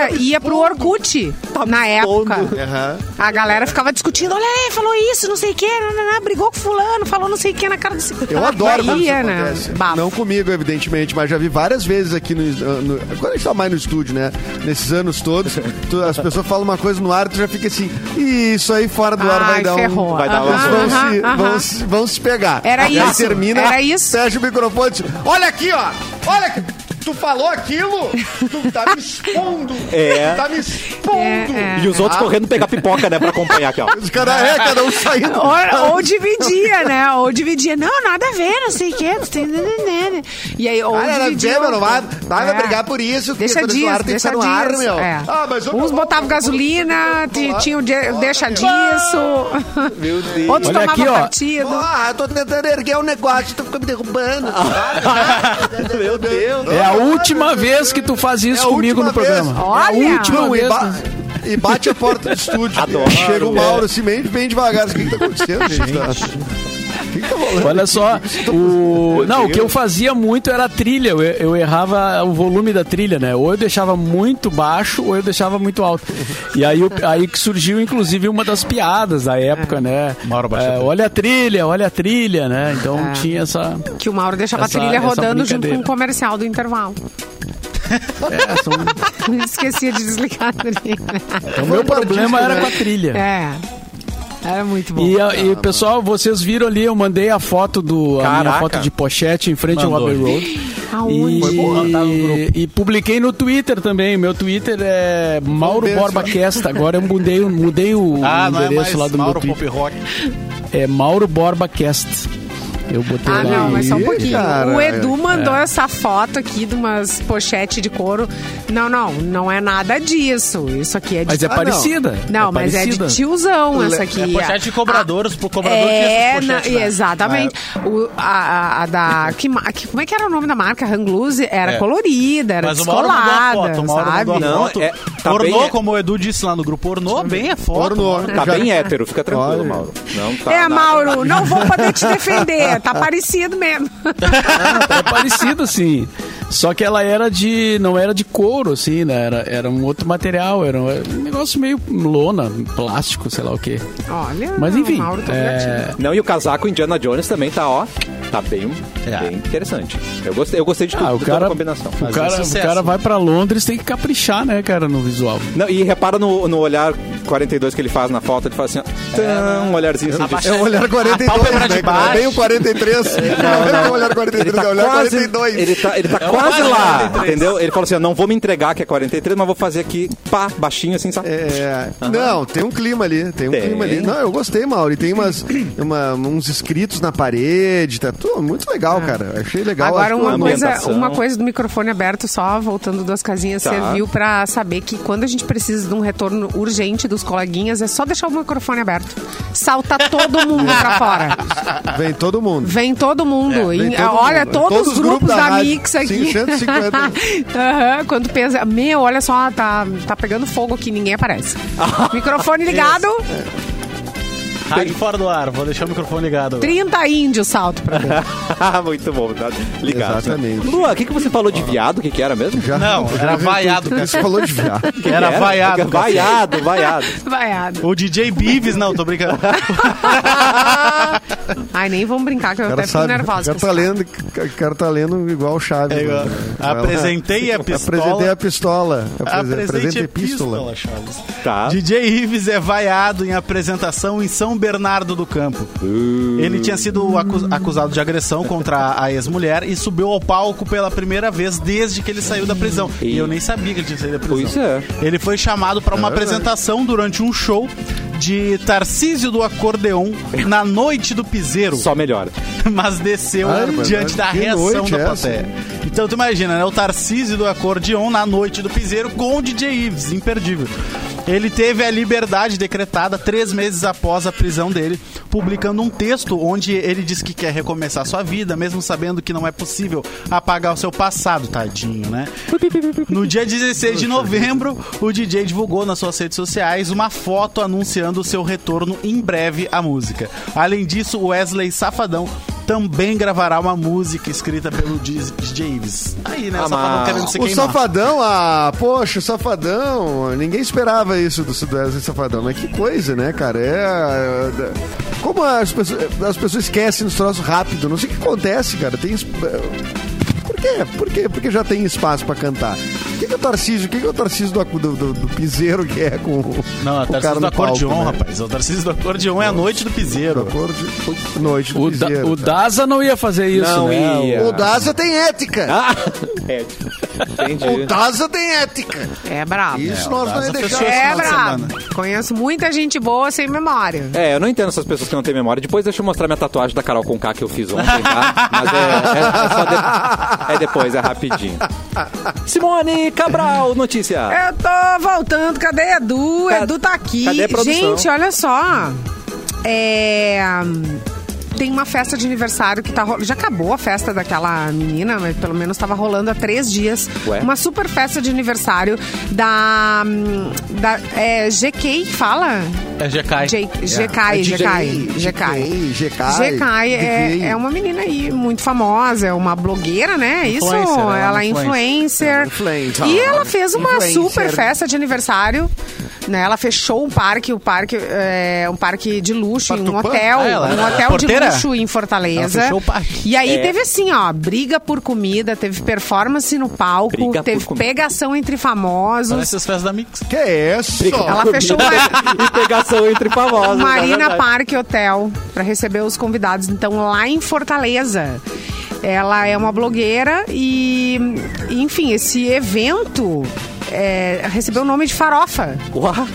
Speaker 2: treta
Speaker 3: me
Speaker 2: ia pro
Speaker 3: expondo?
Speaker 2: Orkut na
Speaker 1: expondo.
Speaker 2: época.
Speaker 5: Aham.
Speaker 2: A galera ficava discutindo, olha aí, falou isso, não sei o quê, nananá, brigou com fulano, falou não sei o quê na cara desse
Speaker 5: Eu adoro quando isso
Speaker 2: Bahia, né?
Speaker 5: acontece.
Speaker 2: Bafo.
Speaker 5: Não comigo, evidentemente, mas já vi várias vezes aqui no, no- Quando a gente tá mais no estúdio, né? Nesses anos todos, tu- as pessoas falam uma coisa no ar e tu já fica assim, "Ih, isso aí fora do ar vai
Speaker 2: Ai,
Speaker 5: dar
Speaker 2: ferrou.
Speaker 5: um.
Speaker 1: vai dar um-
Speaker 5: Eles
Speaker 2: é Aham,
Speaker 5: vão, se,
Speaker 2: aham,
Speaker 5: vão,
Speaker 2: aham.
Speaker 5: se, vão se pegar.
Speaker 2: Era
Speaker 5: E aí
Speaker 2: isso,
Speaker 5: termina,
Speaker 2: era isso.
Speaker 5: fecha o microfone e diz, olha aqui, ó! Olha aqui! Tu falou aquilo? Tu tá me expondo!
Speaker 1: É.
Speaker 5: Tu tá me expondo!
Speaker 2: É, é.
Speaker 1: E os outros correndo pegar pipoca, né? Pra acompanhar aqui, ó.
Speaker 5: Os caras, é, cada um saindo.
Speaker 2: Ou, ou dividia, né? Ou dividia. Não, nada a ver, não sei o quê. não sei, né, né, né. E aí, ou
Speaker 5: Cara, Ah, não
Speaker 2: dividia.
Speaker 5: tem, meu, não vai, vai
Speaker 2: É.
Speaker 5: brigar por isso. porque
Speaker 2: Deixa
Speaker 5: quando
Speaker 2: disso,
Speaker 5: o ar tem que
Speaker 2: deixa
Speaker 5: estar
Speaker 2: disso.
Speaker 5: no ar, meu.
Speaker 2: é.
Speaker 5: Ah, mas eu-
Speaker 2: Uns botavam gasolina, ti- tinha o de- deixa
Speaker 4: [LAUGHS]
Speaker 2: disso.
Speaker 1: Meu Deus.
Speaker 2: Outros
Speaker 4: Olha
Speaker 2: tomavam
Speaker 4: aqui, ó.
Speaker 2: partido.
Speaker 5: Ah, eu tô tentando erguer um negócio, tu fica me derrubando.
Speaker 1: Meu Deus.
Speaker 4: É a última vez que tu faz isso
Speaker 5: É a
Speaker 4: comigo
Speaker 5: última
Speaker 4: no programa.
Speaker 5: vez.
Speaker 4: É a
Speaker 2: Olha!
Speaker 4: última
Speaker 5: Não, e,
Speaker 4: vez.
Speaker 5: ba- e bate a porta do estúdio.
Speaker 1: Adoro.
Speaker 5: Chega o Mauro assim, bem, bem devagar. O que, que tá acontecendo, gente? O que, que tá rolando?
Speaker 4: Olha só, o... não, o que eu fazia muito era a trilha, eu, eu errava o volume da trilha, né? Ou eu deixava muito baixo, ou eu deixava muito alto. E aí, o- aí que surgiu, inclusive, uma das piadas da época, né?
Speaker 3: Mauro baixou a
Speaker 4: É,
Speaker 3: trilha.
Speaker 4: olha a trilha, olha a trilha, né? Então tinha essa...
Speaker 2: Que o Mauro deixava
Speaker 4: Essa-
Speaker 2: a trilha
Speaker 4: essa
Speaker 2: rodando junto com
Speaker 4: brincadeira.
Speaker 2: o comercial do intervalo. [LAUGHS]
Speaker 4: É, são-
Speaker 2: Esquecia de desligar a trilha.
Speaker 4: então O meu problema era com a trilha.
Speaker 2: É. Era muito bom.
Speaker 4: E, a- e, pessoal, vocês viram ali, eu mandei a foto do a minha
Speaker 1: Caraca.
Speaker 4: foto de pochete em frente ao
Speaker 3: Mandou.
Speaker 4: Abbey Road.
Speaker 2: Aonde?
Speaker 4: E,
Speaker 2: Foi
Speaker 3: boa, tá no grupo.
Speaker 4: e publiquei no Twitter também. Meu Twitter é Mauro
Speaker 5: ver,
Speaker 4: Borba Cast. Agora eu mudei, o- mudei o
Speaker 3: [LAUGHS] Ah, não é
Speaker 4: um endereço
Speaker 3: mais
Speaker 4: lá do
Speaker 3: Mauro
Speaker 4: meu Twitter.
Speaker 3: Pop Rock.
Speaker 4: É Mauro Borba Cast. Eu botei
Speaker 2: Ah,
Speaker 4: lá.
Speaker 2: não, mas só um
Speaker 5: Ih,
Speaker 2: pouquinho.
Speaker 5: cara.
Speaker 2: o
Speaker 4: É.
Speaker 2: Edu mandou essa foto aqui de umas pochete de couro. Não, não, não é nada disso. Isso aqui é de.
Speaker 4: Mas é
Speaker 5: Ah, não.
Speaker 4: parecida.
Speaker 2: não,
Speaker 4: é
Speaker 2: mas
Speaker 4: parecida.
Speaker 2: é de tiozão essa aqui.
Speaker 3: É pochete de cobradores, pro cobrador tinha
Speaker 2: Ah, É,
Speaker 3: essas pochetes,
Speaker 2: na-
Speaker 3: né?
Speaker 2: exatamente. O- a, a- a da. Que, ma- que- como é que era o nome da marca? Hangluze? Era colorida, era
Speaker 3: É. Mas o Mauro mandou a
Speaker 2: descolada.
Speaker 3: foto, o Mauro
Speaker 2: sabe?
Speaker 3: mandou a
Speaker 1: Não,
Speaker 3: foto.
Speaker 1: é- tá
Speaker 3: ornô,
Speaker 1: bem-
Speaker 3: como o Edu disse lá no grupo, ornô bem a foto.
Speaker 5: Ornô.
Speaker 3: mano.
Speaker 1: Tá
Speaker 5: Já-
Speaker 1: bem hétero, fica tranquilo,
Speaker 5: Olha.
Speaker 1: Mauro. Não tá
Speaker 2: é,
Speaker 1: nada.
Speaker 2: Mauro, não vou poder te defender. Tá parecido mesmo.
Speaker 4: [LAUGHS]
Speaker 2: [LAUGHS]
Speaker 4: É parecida, sim. Só que ela era de. não era de couro, assim, né? Era, era um outro material, era um, era um negócio meio lona, plástico, sei lá o quê.
Speaker 2: Olha,
Speaker 4: Mas enfim.
Speaker 2: o Mauro tá
Speaker 4: é,
Speaker 2: criativo.
Speaker 1: Não, e o casaco Indiana Jones também tá, ó. Tá bem,
Speaker 4: É.
Speaker 1: bem interessante. Eu gostei, eu gostei de tudo,
Speaker 4: Ah, o
Speaker 1: de toda
Speaker 4: cara-
Speaker 1: a combinação.
Speaker 4: O
Speaker 3: Fazer
Speaker 4: cara, o
Speaker 3: um sucesso. né?
Speaker 4: cara vai pra Londres, tem que caprichar, né, cara, no visual.
Speaker 1: Não, e repara no, no olhar 42 que ele faz na foto, ele faz assim, ó, tã, um olharzinho assim. de-
Speaker 5: É [LAUGHS] o olhar 42,
Speaker 3: pálpebra de
Speaker 5: né? Não
Speaker 3: baixo.
Speaker 5: é bem o 43. Não, é o olhar 43, é o olhar 42.
Speaker 1: tá Ele tá, ele tá
Speaker 3: É o
Speaker 1: quase
Speaker 3: olhar
Speaker 1: lá,
Speaker 3: 43.
Speaker 1: entendeu? Ele fala assim, ó, não vou me entregar que é 43, mas vou fazer aqui, pá, baixinho assim, sabe?
Speaker 5: É, Não, tem um clima ali, tem um
Speaker 1: Tem.
Speaker 5: clima ali. Não, eu gostei, Mauro. E tem umas, uma- uns escritos na parede, tá tudo muito legal, cara. Achei
Speaker 4: Tá
Speaker 5: legal.
Speaker 2: Ah. Agora,
Speaker 5: Acho que
Speaker 2: uma
Speaker 5: o-
Speaker 2: coisa,
Speaker 1: ambientação.
Speaker 2: uma coisa do microfone aberto, só voltando duas casinhas,
Speaker 1: Tá.
Speaker 2: serviu pra saber que quando a gente precisa de um retorno urgente dos coleguinhas, é só deixar o microfone aberto. Salta todo mundo pra fora.
Speaker 3: [LAUGHS]
Speaker 5: Vem todo mundo.
Speaker 2: Vem todo mundo.
Speaker 5: vem
Speaker 2: E,
Speaker 5: todo
Speaker 2: olha,
Speaker 5: mundo.
Speaker 2: todos,
Speaker 5: Todos
Speaker 2: os grupos da,
Speaker 5: rádio,
Speaker 2: Mix aqui.
Speaker 5: 550.
Speaker 2: [LAUGHS] Aham, quando pensa, meu, olha só, tá, tá pegando fogo aqui, ninguém aparece. Microfone ligado.
Speaker 3: Rádio fora do ar, vou deixar o microfone ligado. agora.
Speaker 2: 30 índios salto pra [LAUGHS] dentro.
Speaker 1: [LAUGHS] Muito bom, tá ligado.
Speaker 5: Exatamente.
Speaker 1: Lua, o que, que você falou de viado? O que, que era mesmo?
Speaker 5: Já,
Speaker 3: Não,
Speaker 5: já
Speaker 3: era
Speaker 5: vi-
Speaker 3: vaiado, cara.
Speaker 5: Você falou de
Speaker 2: [LAUGHS]
Speaker 5: viado.
Speaker 3: Era vaiado.
Speaker 1: [LAUGHS]
Speaker 3: cara.
Speaker 1: Vaiado, vaiado.
Speaker 2: Vaiado.
Speaker 3: O DJ Bives, não, tô brincando.
Speaker 2: Ai, nem vamos brincar, que eu
Speaker 5: O
Speaker 2: até
Speaker 5: cara,
Speaker 2: fico
Speaker 5: sabe, o
Speaker 2: nervosa.
Speaker 5: cara, tá lendo, o cara tá lendo igual o Chaves.
Speaker 3: É igual.
Speaker 5: né? [LAUGHS]
Speaker 3: Apresentei a pistola.
Speaker 5: Apresentei a pistola. Apre-
Speaker 3: Apresente
Speaker 5: Apresentei
Speaker 3: epístola,
Speaker 5: pistola.
Speaker 3: Chaves.
Speaker 1: Tá.
Speaker 3: DJ Ives é vaiado em apresentação em São Bernardo do Campo. Ele tinha sido acu- acusado de agressão contra a ex-mulher e subiu ao palco pela primeira vez desde que ele saiu da prisão. E,
Speaker 1: E-
Speaker 3: eu nem sabia que ele tinha saído da prisão.
Speaker 1: Pois é.
Speaker 3: Ele foi chamado para uma apresentação durante um show de Tarcísio do Acordeon na noite do Piseiro
Speaker 1: Só melhor.
Speaker 3: [LAUGHS] mas desceu
Speaker 5: Ah, mas
Speaker 3: diante da
Speaker 5: que
Speaker 3: reação
Speaker 5: noite
Speaker 3: da
Speaker 5: é
Speaker 3: plateia. Então tu imagina, né? O Tarcísio do acordeon na noite do piseiro com o DJ Ives, imperdível. Ele teve a liberdade decretada três meses após a prisão dele, publicando um texto onde ele diz que quer recomeçar sua vida, mesmo sabendo que não é possível apagar o seu passado, tadinho, né? No [LAUGHS] dia 16 de novembro, o DJ divulgou nas suas redes sociais uma foto anunciando o seu retorno em breve à música. Além disso, o Wesley Safadão também gravará uma música escrita pelo DJ Ives. Aí, né?
Speaker 1: Ah,
Speaker 3: o Safadão
Speaker 1: mas
Speaker 3: querendo se
Speaker 5: O
Speaker 3: queimar.
Speaker 5: Safadão, ah, poxa, o Safadão. Ninguém esperava isso do do Wesley Safadão, mas que coisa, né, cara? É. é, da- Como as pessoas, as pessoas esquecem dos troços rápido, não sei o que acontece, cara. Tem. es- é, Por quê? Por quê? Porque já tem espaço pra cantar. O que, que é o Tarcísio? O que, que é o Tarcísio do, acu- do, do, do piseiro que é com o.
Speaker 3: Não, é o
Speaker 5: com o
Speaker 3: Tarcísio
Speaker 5: cara
Speaker 3: do
Speaker 5: no palco,
Speaker 3: Acordeon,
Speaker 5: né?
Speaker 3: rapaz. O Tarcísio do Acordeon é a noite do
Speaker 5: Do
Speaker 3: piseiro.
Speaker 5: acorde, noite do
Speaker 4: O, da,
Speaker 5: piseiro. tá?
Speaker 4: o Daza não ia fazer isso,
Speaker 1: Não
Speaker 4: né?
Speaker 1: ia.
Speaker 5: O Daza tem ética.
Speaker 1: Ah, é, entendi.
Speaker 5: O Daza tem ética.
Speaker 2: É brabo.
Speaker 5: Isso nós não
Speaker 3: Daza
Speaker 5: ia deixar.
Speaker 3: fechou esse
Speaker 2: É
Speaker 3: final de
Speaker 2: brabo.
Speaker 3: semana.
Speaker 2: Conheço muita gente boa sem memória.
Speaker 1: É, eu não entendo essas pessoas que não têm memória. Depois deixa eu mostrar minha tatuagem da Carol Conká que eu fiz ontem, tá? Mas é, é- é só de- é depois, é rapidinho. Simone Cabral, notícia.
Speaker 2: Eu tô voltando, cadê Edu?
Speaker 1: Ca-
Speaker 2: Edu tá aqui.
Speaker 1: cadê a produção?
Speaker 2: Gente, olha só. É. Tem uma festa de aniversário que tá rolando. Já acabou a festa daquela menina, mas pelo menos tava rolando há três dias.
Speaker 1: Ué?
Speaker 2: Uma super festa de aniversário da. hum, da é, GK, que fala?
Speaker 3: É GK.
Speaker 2: J-
Speaker 1: É,
Speaker 2: GK,
Speaker 5: É
Speaker 2: GK, GK.
Speaker 5: GK.
Speaker 2: Jekai é, é uma menina aí muito famosa, é uma blogueira, né? Isso,
Speaker 3: Influencer,
Speaker 2: ela,
Speaker 3: ela é uma
Speaker 2: é
Speaker 3: É
Speaker 2: influencer.
Speaker 5: influencer.
Speaker 2: E ela fez uma
Speaker 5: Influencer.
Speaker 2: super festa de aniversário. Né? Ela fechou um parque, o parque é um parque de luxo, em um
Speaker 5: Tupã?
Speaker 2: hotel,
Speaker 3: Ah, ela
Speaker 2: um
Speaker 3: era
Speaker 2: hotel
Speaker 3: porteira?
Speaker 2: de luxo em Fortaleza.
Speaker 3: Ela fechou o parque.
Speaker 2: E aí
Speaker 1: É.
Speaker 2: teve assim, ó, briga por comida, teve performance no palco,
Speaker 1: Briga por
Speaker 2: teve
Speaker 1: comida.
Speaker 2: pegação entre famosos.
Speaker 3: Parece as festas da Mix.
Speaker 5: Que é isso?
Speaker 2: Ela fechou uma,
Speaker 1: E pegação entre famosos. na
Speaker 2: Marina
Speaker 1: é verdade.
Speaker 2: Park Hotel para receber os convidados. Então, lá em Fortaleza. Ela é uma blogueira e, enfim, esse evento é, recebeu o nome de Farofa
Speaker 1: Uá,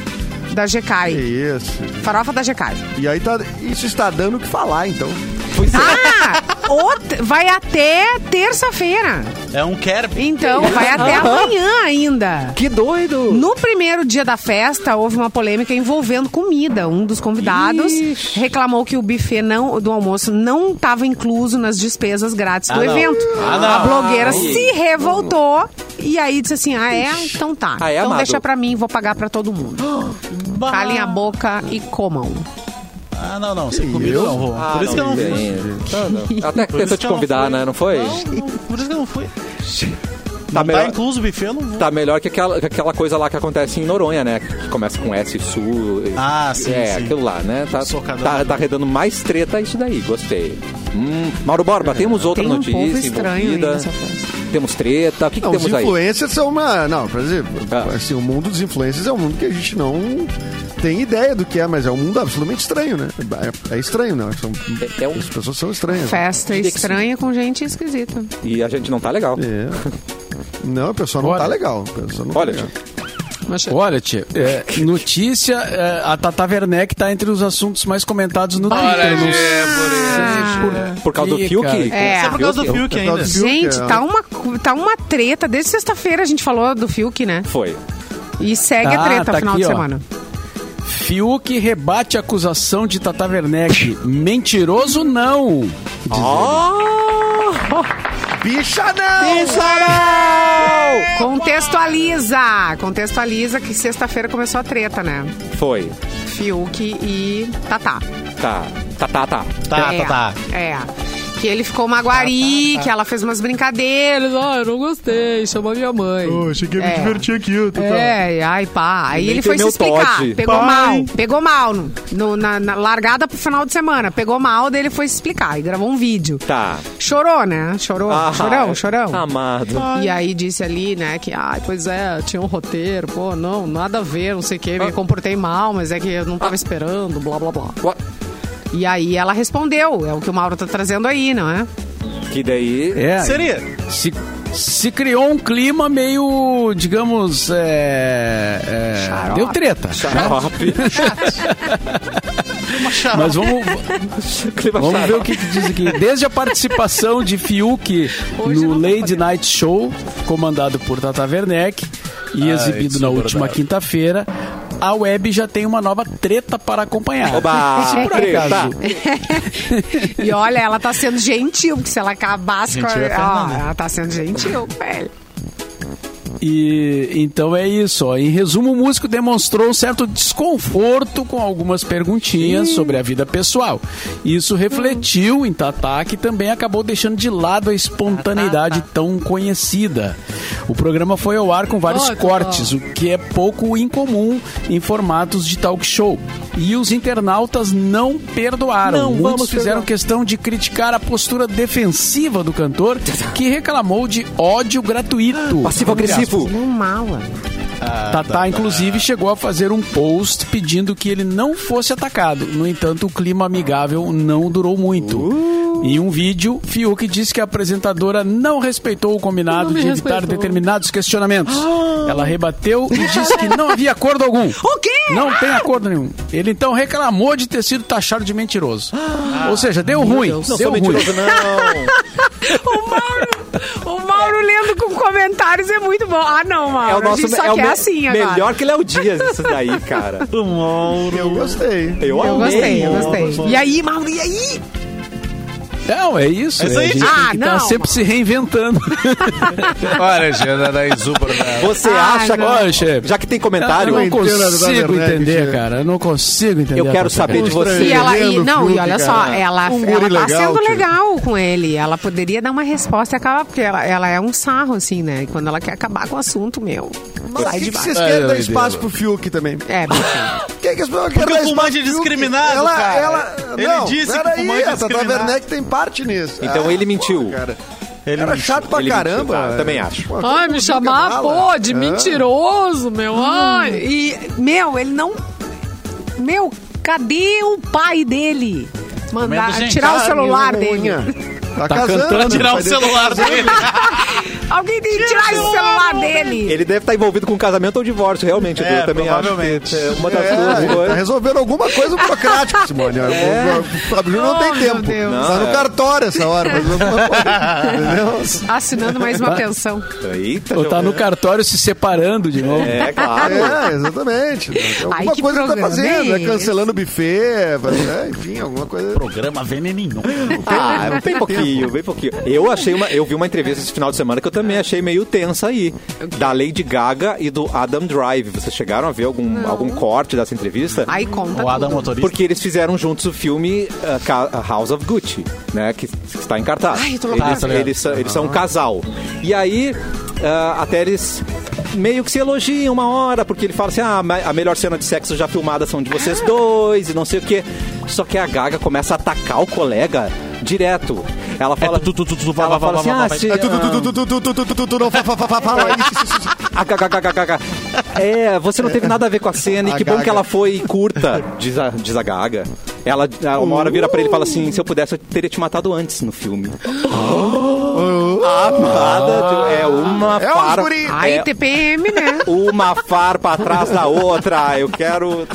Speaker 2: da
Speaker 5: Que
Speaker 2: GECAI.
Speaker 5: É isso.
Speaker 2: Farofa da GECAI.
Speaker 5: E aí tá, isso está dando o que falar, então.
Speaker 1: pois é.
Speaker 2: Ah! ot- vai até terça-feira.
Speaker 3: É um Kerb.
Speaker 2: Então, vai até amanhã ainda.
Speaker 1: Que doido.
Speaker 2: No primeiro dia da festa, houve uma polêmica envolvendo comida. Um dos convidados
Speaker 1: Ixi.
Speaker 2: reclamou que o buffet não, do almoço não estava incluso nas despesas grátis do
Speaker 1: Ah, não.
Speaker 2: evento.
Speaker 1: Ah, não.
Speaker 2: A blogueira
Speaker 1: Ah,
Speaker 2: se revoltou e aí disse assim: ah, é? Então tá.
Speaker 1: Ah, é,
Speaker 2: então
Speaker 1: amado?
Speaker 2: deixa pra mim, vou pagar pra todo mundo. Calem a boca e comam.
Speaker 3: Ah, não, não. Sem comigo
Speaker 5: eu?
Speaker 3: não vou.
Speaker 1: Ah,
Speaker 3: Por isso que eu não
Speaker 1: tem.
Speaker 3: fui.
Speaker 1: Tá, não. Até que
Speaker 3: Por
Speaker 1: tentou
Speaker 3: isso que
Speaker 1: te
Speaker 3: eu
Speaker 1: convidar,
Speaker 3: fui.
Speaker 1: né? Não foi?
Speaker 3: Não, não, por isso que eu não fui.
Speaker 1: Tá
Speaker 3: Não tá
Speaker 1: melhor.
Speaker 3: incluso o buffet, eu não vou.
Speaker 1: Tá melhor que aquela, que aquela coisa lá que acontece em Noronha, né? Que começa com S Sul.
Speaker 3: Ah, sim,
Speaker 1: É,
Speaker 3: sim.
Speaker 1: aquilo lá, né? Tá,
Speaker 3: Socadão.
Speaker 1: tá, tá redando mais treta isso daí, gostei. Hum, Mauro Borba, temos outra
Speaker 2: Tem um
Speaker 1: notícia
Speaker 2: povo estranho aí
Speaker 1: envolvida.
Speaker 2: nessa festa.
Speaker 1: Temos treta, o que, que
Speaker 5: Não, os
Speaker 1: temos aí?
Speaker 5: influencers são uma. Não, por exemplo,
Speaker 1: Ah.
Speaker 5: assim, o mundo dos influencers é um mundo que a gente não tem ideia do que é, mas é um mundo absolutamente estranho, né? É, é estranho, não. São,
Speaker 1: É- é um-
Speaker 5: As pessoas são estranhas.
Speaker 2: Festa
Speaker 1: Diria que
Speaker 2: estranha com gente esquisita.
Speaker 1: E a gente não tá legal.
Speaker 5: É. Não, o pessoal não
Speaker 4: Olha.
Speaker 5: tá legal. o pessoal não
Speaker 1: Olha,
Speaker 5: tá legal.
Speaker 1: gente,
Speaker 2: Mas-
Speaker 4: Olha, tia, é, notícia, é, a Tata Werneck tá entre os assuntos mais comentados no Twitter. Eu não
Speaker 2: Ah,
Speaker 1: por, por causa do
Speaker 4: Ih,
Speaker 1: Fiuk?
Speaker 4: cara.
Speaker 2: É.
Speaker 3: Isso é por causa do Fiuk
Speaker 5: por
Speaker 3: ainda.
Speaker 5: causa do Fiuk,
Speaker 2: Gente,
Speaker 5: é.
Speaker 2: tá uma, tá uma treta. Desde sexta-feira a gente falou do Fiuk, né?
Speaker 1: Foi.
Speaker 2: E segue a
Speaker 4: Tá,
Speaker 2: treta
Speaker 4: tá
Speaker 2: final
Speaker 4: aqui,
Speaker 2: de
Speaker 4: ó.
Speaker 2: semana.
Speaker 4: Fiuk rebate a acusação de Tata Werneck. Mentiroso não.
Speaker 5: Bicha não!
Speaker 2: Contextualiza! Contextualiza que sexta-feira começou a treta, né?
Speaker 1: Foi.
Speaker 2: Fiuk e Tatá.
Speaker 1: tá. Tá, tá, tá. Tá,
Speaker 3: Tá,
Speaker 2: é,
Speaker 3: tá, tá.
Speaker 2: É. Que ele ficou uma guari, que ela fez umas brincadeiras. Ah, eu não gostei, chamou minha mãe.
Speaker 3: cheguei
Speaker 2: a me É. divertir
Speaker 3: aqui.
Speaker 2: É, e ai, pá. Aí
Speaker 1: Nem
Speaker 2: ele
Speaker 1: tem
Speaker 2: foi se
Speaker 1: meu
Speaker 2: explicar.
Speaker 1: Todd.
Speaker 2: Pegou
Speaker 3: Pai.
Speaker 2: mal. Pegou mal. no- no- na, na largada pro final de semana. Pegou mal, daí ele foi se explicar. E gravou um vídeo.
Speaker 1: Tá.
Speaker 2: Chorou, né? Chorou.
Speaker 1: Ah,
Speaker 2: chorão, chorão.
Speaker 1: Amado.
Speaker 2: E aí disse ali, né, que, ai, pois é, tinha um roteiro, pô, não, nada a ver, não sei o
Speaker 1: Ah.
Speaker 2: quê, me comportei mal, mas é que eu não tava esperando, blá, blá, blá.
Speaker 1: Ué,
Speaker 2: E aí ela respondeu, é o que o Mauro tá trazendo aí, não é?
Speaker 1: Que daí.
Speaker 4: É,
Speaker 3: Seria.
Speaker 4: Se, se criou um clima meio, digamos, é, é,
Speaker 2: Xarope.
Speaker 4: deu treta.
Speaker 1: Xarope.
Speaker 4: Mas vamos,
Speaker 1: Clima
Speaker 4: vamos ver o
Speaker 1: xarope.
Speaker 4: que, que
Speaker 2: [LAUGHS]
Speaker 4: diz aqui. Desde a participação de Fiuk
Speaker 2: Hoje eu
Speaker 4: no
Speaker 2: não tô
Speaker 4: Lady
Speaker 2: podendo.
Speaker 4: Night Show, comandado por Tata Werneck, e exibido na última quinta-feira, a web já tem uma nova treta para acompanhar.
Speaker 1: Oba,
Speaker 4: E se por
Speaker 1: treta.
Speaker 4: acaso
Speaker 1: [LAUGHS]
Speaker 2: E olha, ela tá sendo gentil, porque se ela acabasse com a...
Speaker 3: Gentil é a
Speaker 2: Ó,
Speaker 3: Fernanda.
Speaker 2: ela tá
Speaker 1: [LAUGHS]
Speaker 2: sendo gentil, velho.
Speaker 4: E então é isso. Ó. Em resumo, o músico demonstrou um certo desconforto com algumas perguntinhas sobre a vida pessoal.
Speaker 2: Hum.
Speaker 4: Isso refletiu em Tatá, que também acabou deixando de lado a espontaneidade tão conhecida. O programa foi ao ar com vários
Speaker 2: Ô,
Speaker 4: cortes, o que é pouco incomum em formatos de talk show. E os internautas não perdoaram.
Speaker 1: Não
Speaker 4: Muitos
Speaker 1: vamos
Speaker 4: fizeram
Speaker 1: perdoar.
Speaker 4: questão de criticar a postura defensiva
Speaker 1: [LAUGHS]
Speaker 4: do cantor, que reclamou de ódio gratuito. Ah,
Speaker 1: Passivo-agressivo. Ah,
Speaker 2: Não mala.
Speaker 4: Tatá, inclusive, chegou a fazer um post pedindo que ele não fosse atacado. No entanto, o clima amigável não durou muito.
Speaker 1: Uh.
Speaker 4: Em um vídeo, Fiuk disse que a apresentadora não respeitou o combinado de evitar determinados questionamentos. Ela rebateu e disse que não havia acordo algum.
Speaker 2: O quê?
Speaker 4: Não tem acordo nenhum. Ele então reclamou de ter sido taxado de mentiroso. Ou seja, deu ruim.
Speaker 1: Não
Speaker 4: deu
Speaker 1: sou
Speaker 4: ruim.
Speaker 1: mentiroso, não.
Speaker 2: O Mauro, o Mauro lendo com comentários é muito bom. Ah, não, Mauro,
Speaker 1: É o
Speaker 2: a
Speaker 1: nosso
Speaker 2: gente só
Speaker 1: é o
Speaker 2: quer
Speaker 1: me-
Speaker 2: assim agora.
Speaker 1: melhor que Léo Dias, isso daí, cara.
Speaker 5: Eu gostei.
Speaker 1: Eu,
Speaker 2: Eu
Speaker 1: amei.
Speaker 2: gostei, eu gostei. E aí, Mauro, e aí?
Speaker 4: Não, é isso.
Speaker 3: É isso aí.
Speaker 4: A gente
Speaker 2: Ah,
Speaker 4: tem que tá
Speaker 2: não.
Speaker 4: sempre se reinventando.
Speaker 6: Olha, Jana da Exubra.
Speaker 1: Você
Speaker 2: Ah,
Speaker 1: acha
Speaker 2: não.
Speaker 1: que.
Speaker 4: Olha, chefe.
Speaker 1: Já que tem
Speaker 4: Eu
Speaker 1: comentário,
Speaker 4: não
Speaker 5: entendo a da
Speaker 4: consigo
Speaker 5: Werneck,
Speaker 4: entender,
Speaker 5: Gê.
Speaker 4: cara. Eu não consigo entender.
Speaker 1: Eu quero
Speaker 4: essa
Speaker 1: saber de
Speaker 4: coisa.
Speaker 1: você.
Speaker 2: E ela, e,
Speaker 5: Lendo
Speaker 2: não,
Speaker 5: Fiuk,
Speaker 2: e olha só,
Speaker 5: cara.
Speaker 2: ela,
Speaker 5: Um
Speaker 2: ela
Speaker 5: guri
Speaker 2: tá
Speaker 5: legal,
Speaker 2: sendo
Speaker 5: tio.
Speaker 2: legal com ele. Ela poderia dar uma resposta e acabar, porque ela, ela é um sarro, assim, né? E quando ela quer acabar com o assunto, meu,
Speaker 5: Mas
Speaker 2: sai
Speaker 5: por
Speaker 2: de
Speaker 5: que, que
Speaker 2: baixo.
Speaker 5: vocês
Speaker 6: Ai,
Speaker 5: querem
Speaker 6: meu
Speaker 5: dar
Speaker 6: Deus.
Speaker 5: espaço pro Fiuk também?
Speaker 2: É, bicho.
Speaker 5: Por que, que as pessoas
Speaker 3: Porque
Speaker 5: querem
Speaker 3: o
Speaker 5: dar espaço
Speaker 3: fumante é
Speaker 5: pro Fiuk?
Speaker 3: discriminado,
Speaker 5: ela,
Speaker 3: cara.
Speaker 5: Ela,
Speaker 3: Ele
Speaker 5: não,
Speaker 3: disse que
Speaker 5: peraí,
Speaker 3: fumante é
Speaker 5: a Tata
Speaker 3: discriminado.
Speaker 5: Werneck tem parte nisso.
Speaker 1: Então
Speaker 5: Ah,
Speaker 1: ele mentiu.
Speaker 5: cara.
Speaker 3: Ele
Speaker 5: Era
Speaker 3: mentiu.
Speaker 5: chato pra
Speaker 1: Ele mentiu,
Speaker 5: caramba.
Speaker 1: cara, também é. acho.
Speaker 2: [LAUGHS]
Speaker 5: Pô,
Speaker 2: Ai,
Speaker 5: todo
Speaker 2: me
Speaker 5: mundo
Speaker 2: chamar,
Speaker 5: fica
Speaker 2: pô,
Speaker 5: mala.
Speaker 2: de
Speaker 5: Ah.
Speaker 2: mentiroso, meu. Ai. Hum. E, meu, ele não. Meu, cadê o pai dele? Mandar
Speaker 3: Comendo gente.
Speaker 2: tirar o celular
Speaker 5: Carne,
Speaker 2: dele.
Speaker 5: unha. Tá, casando,
Speaker 4: cantando.
Speaker 5: né?
Speaker 3: Tirar o
Speaker 5: Vai deixar
Speaker 3: celular dele.
Speaker 2: Alguém tem que tirar o celular dele.
Speaker 1: Ele deve estar envolvido com casamento ou divórcio, realmente. Edu.
Speaker 3: É,
Speaker 1: eu também acho.
Speaker 3: provavelmente.
Speaker 1: que é Uma das duas
Speaker 5: É, tá
Speaker 1: coisas.
Speaker 5: resolvendo alguma
Speaker 2: [LAUGHS]
Speaker 5: coisa burocrática, Simone. O Fábio Júnior não
Speaker 2: Oh,
Speaker 5: tem
Speaker 2: meu
Speaker 5: tempo.
Speaker 2: Deus.
Speaker 5: Tá no cartório essa hora. Mas vamos
Speaker 2: [LAUGHS]
Speaker 5: entendeu?
Speaker 2: Assinando mais uma pensão.
Speaker 1: Eita,
Speaker 4: Ou tá no cartório se separando de novo.
Speaker 1: É, claro.
Speaker 5: É, exatamente. Alguma
Speaker 2: Ah, que
Speaker 5: coisa ele tá
Speaker 2: programa
Speaker 5: fazendo,
Speaker 2: é
Speaker 5: né? Cancelando o buffet, é, enfim, alguma coisa.
Speaker 3: Programa veneninho.
Speaker 1: Ah, bem pouquinho, bem pouquinho. Eu achei uma, eu vi uma entrevista esse final de semana que eu também achei meio tensa aí, da Lady Gaga e do Adam Drive. Vocês chegaram a ver algum, algum corte dessa entrevista?
Speaker 2: Aí conta.
Speaker 3: O Adam
Speaker 2: tudo.
Speaker 3: motorista.
Speaker 1: Porque eles fizeram juntos o filme uh, Ca- House of Gucci, né? Que, que está em cartaz.
Speaker 2: Ai, eu tô louca.
Speaker 1: Eles,
Speaker 3: Ah, tá ligado.
Speaker 1: eles são- eles são um casal. E aí, uh, até eles meio que se elogiam uma hora, porque ele fala assim, ah, ma- a melhor cena de sexo já filmada são de vocês
Speaker 2: Ah.
Speaker 1: dois e não sei o quê. Só que a Gaga começa a atacar o colega direto. Ela fala...
Speaker 3: É tu, tu, tu, tu, vá,
Speaker 1: ela
Speaker 3: vá,
Speaker 1: fala
Speaker 3: vá,
Speaker 1: assim,
Speaker 3: vá, vá,
Speaker 1: "Ah,
Speaker 3: vai."
Speaker 1: se,
Speaker 5: É tu, tu,
Speaker 1: ah,
Speaker 5: tu, tu, tu, tu, tu, tu, tu, tu, tu, não, fa, fa, fa, fa, fala isso, isso, isso.
Speaker 1: HHHHH. É, você não teve nada a ver com a cena e
Speaker 5: A
Speaker 1: que bom
Speaker 5: Gaga.
Speaker 1: que ela foi curta, diz a, diz a Gaga. Ela, a- uma hora vira pra ele e fala assim: se eu pudesse, eu teria te matado antes no
Speaker 5: [GASPS]
Speaker 1: filme. Amada, tu- é uma
Speaker 5: É um
Speaker 1: farpa.
Speaker 5: guri.
Speaker 2: Aí,
Speaker 1: é
Speaker 2: TPM, né?
Speaker 1: uma farpa atrás da outra. Eu quero,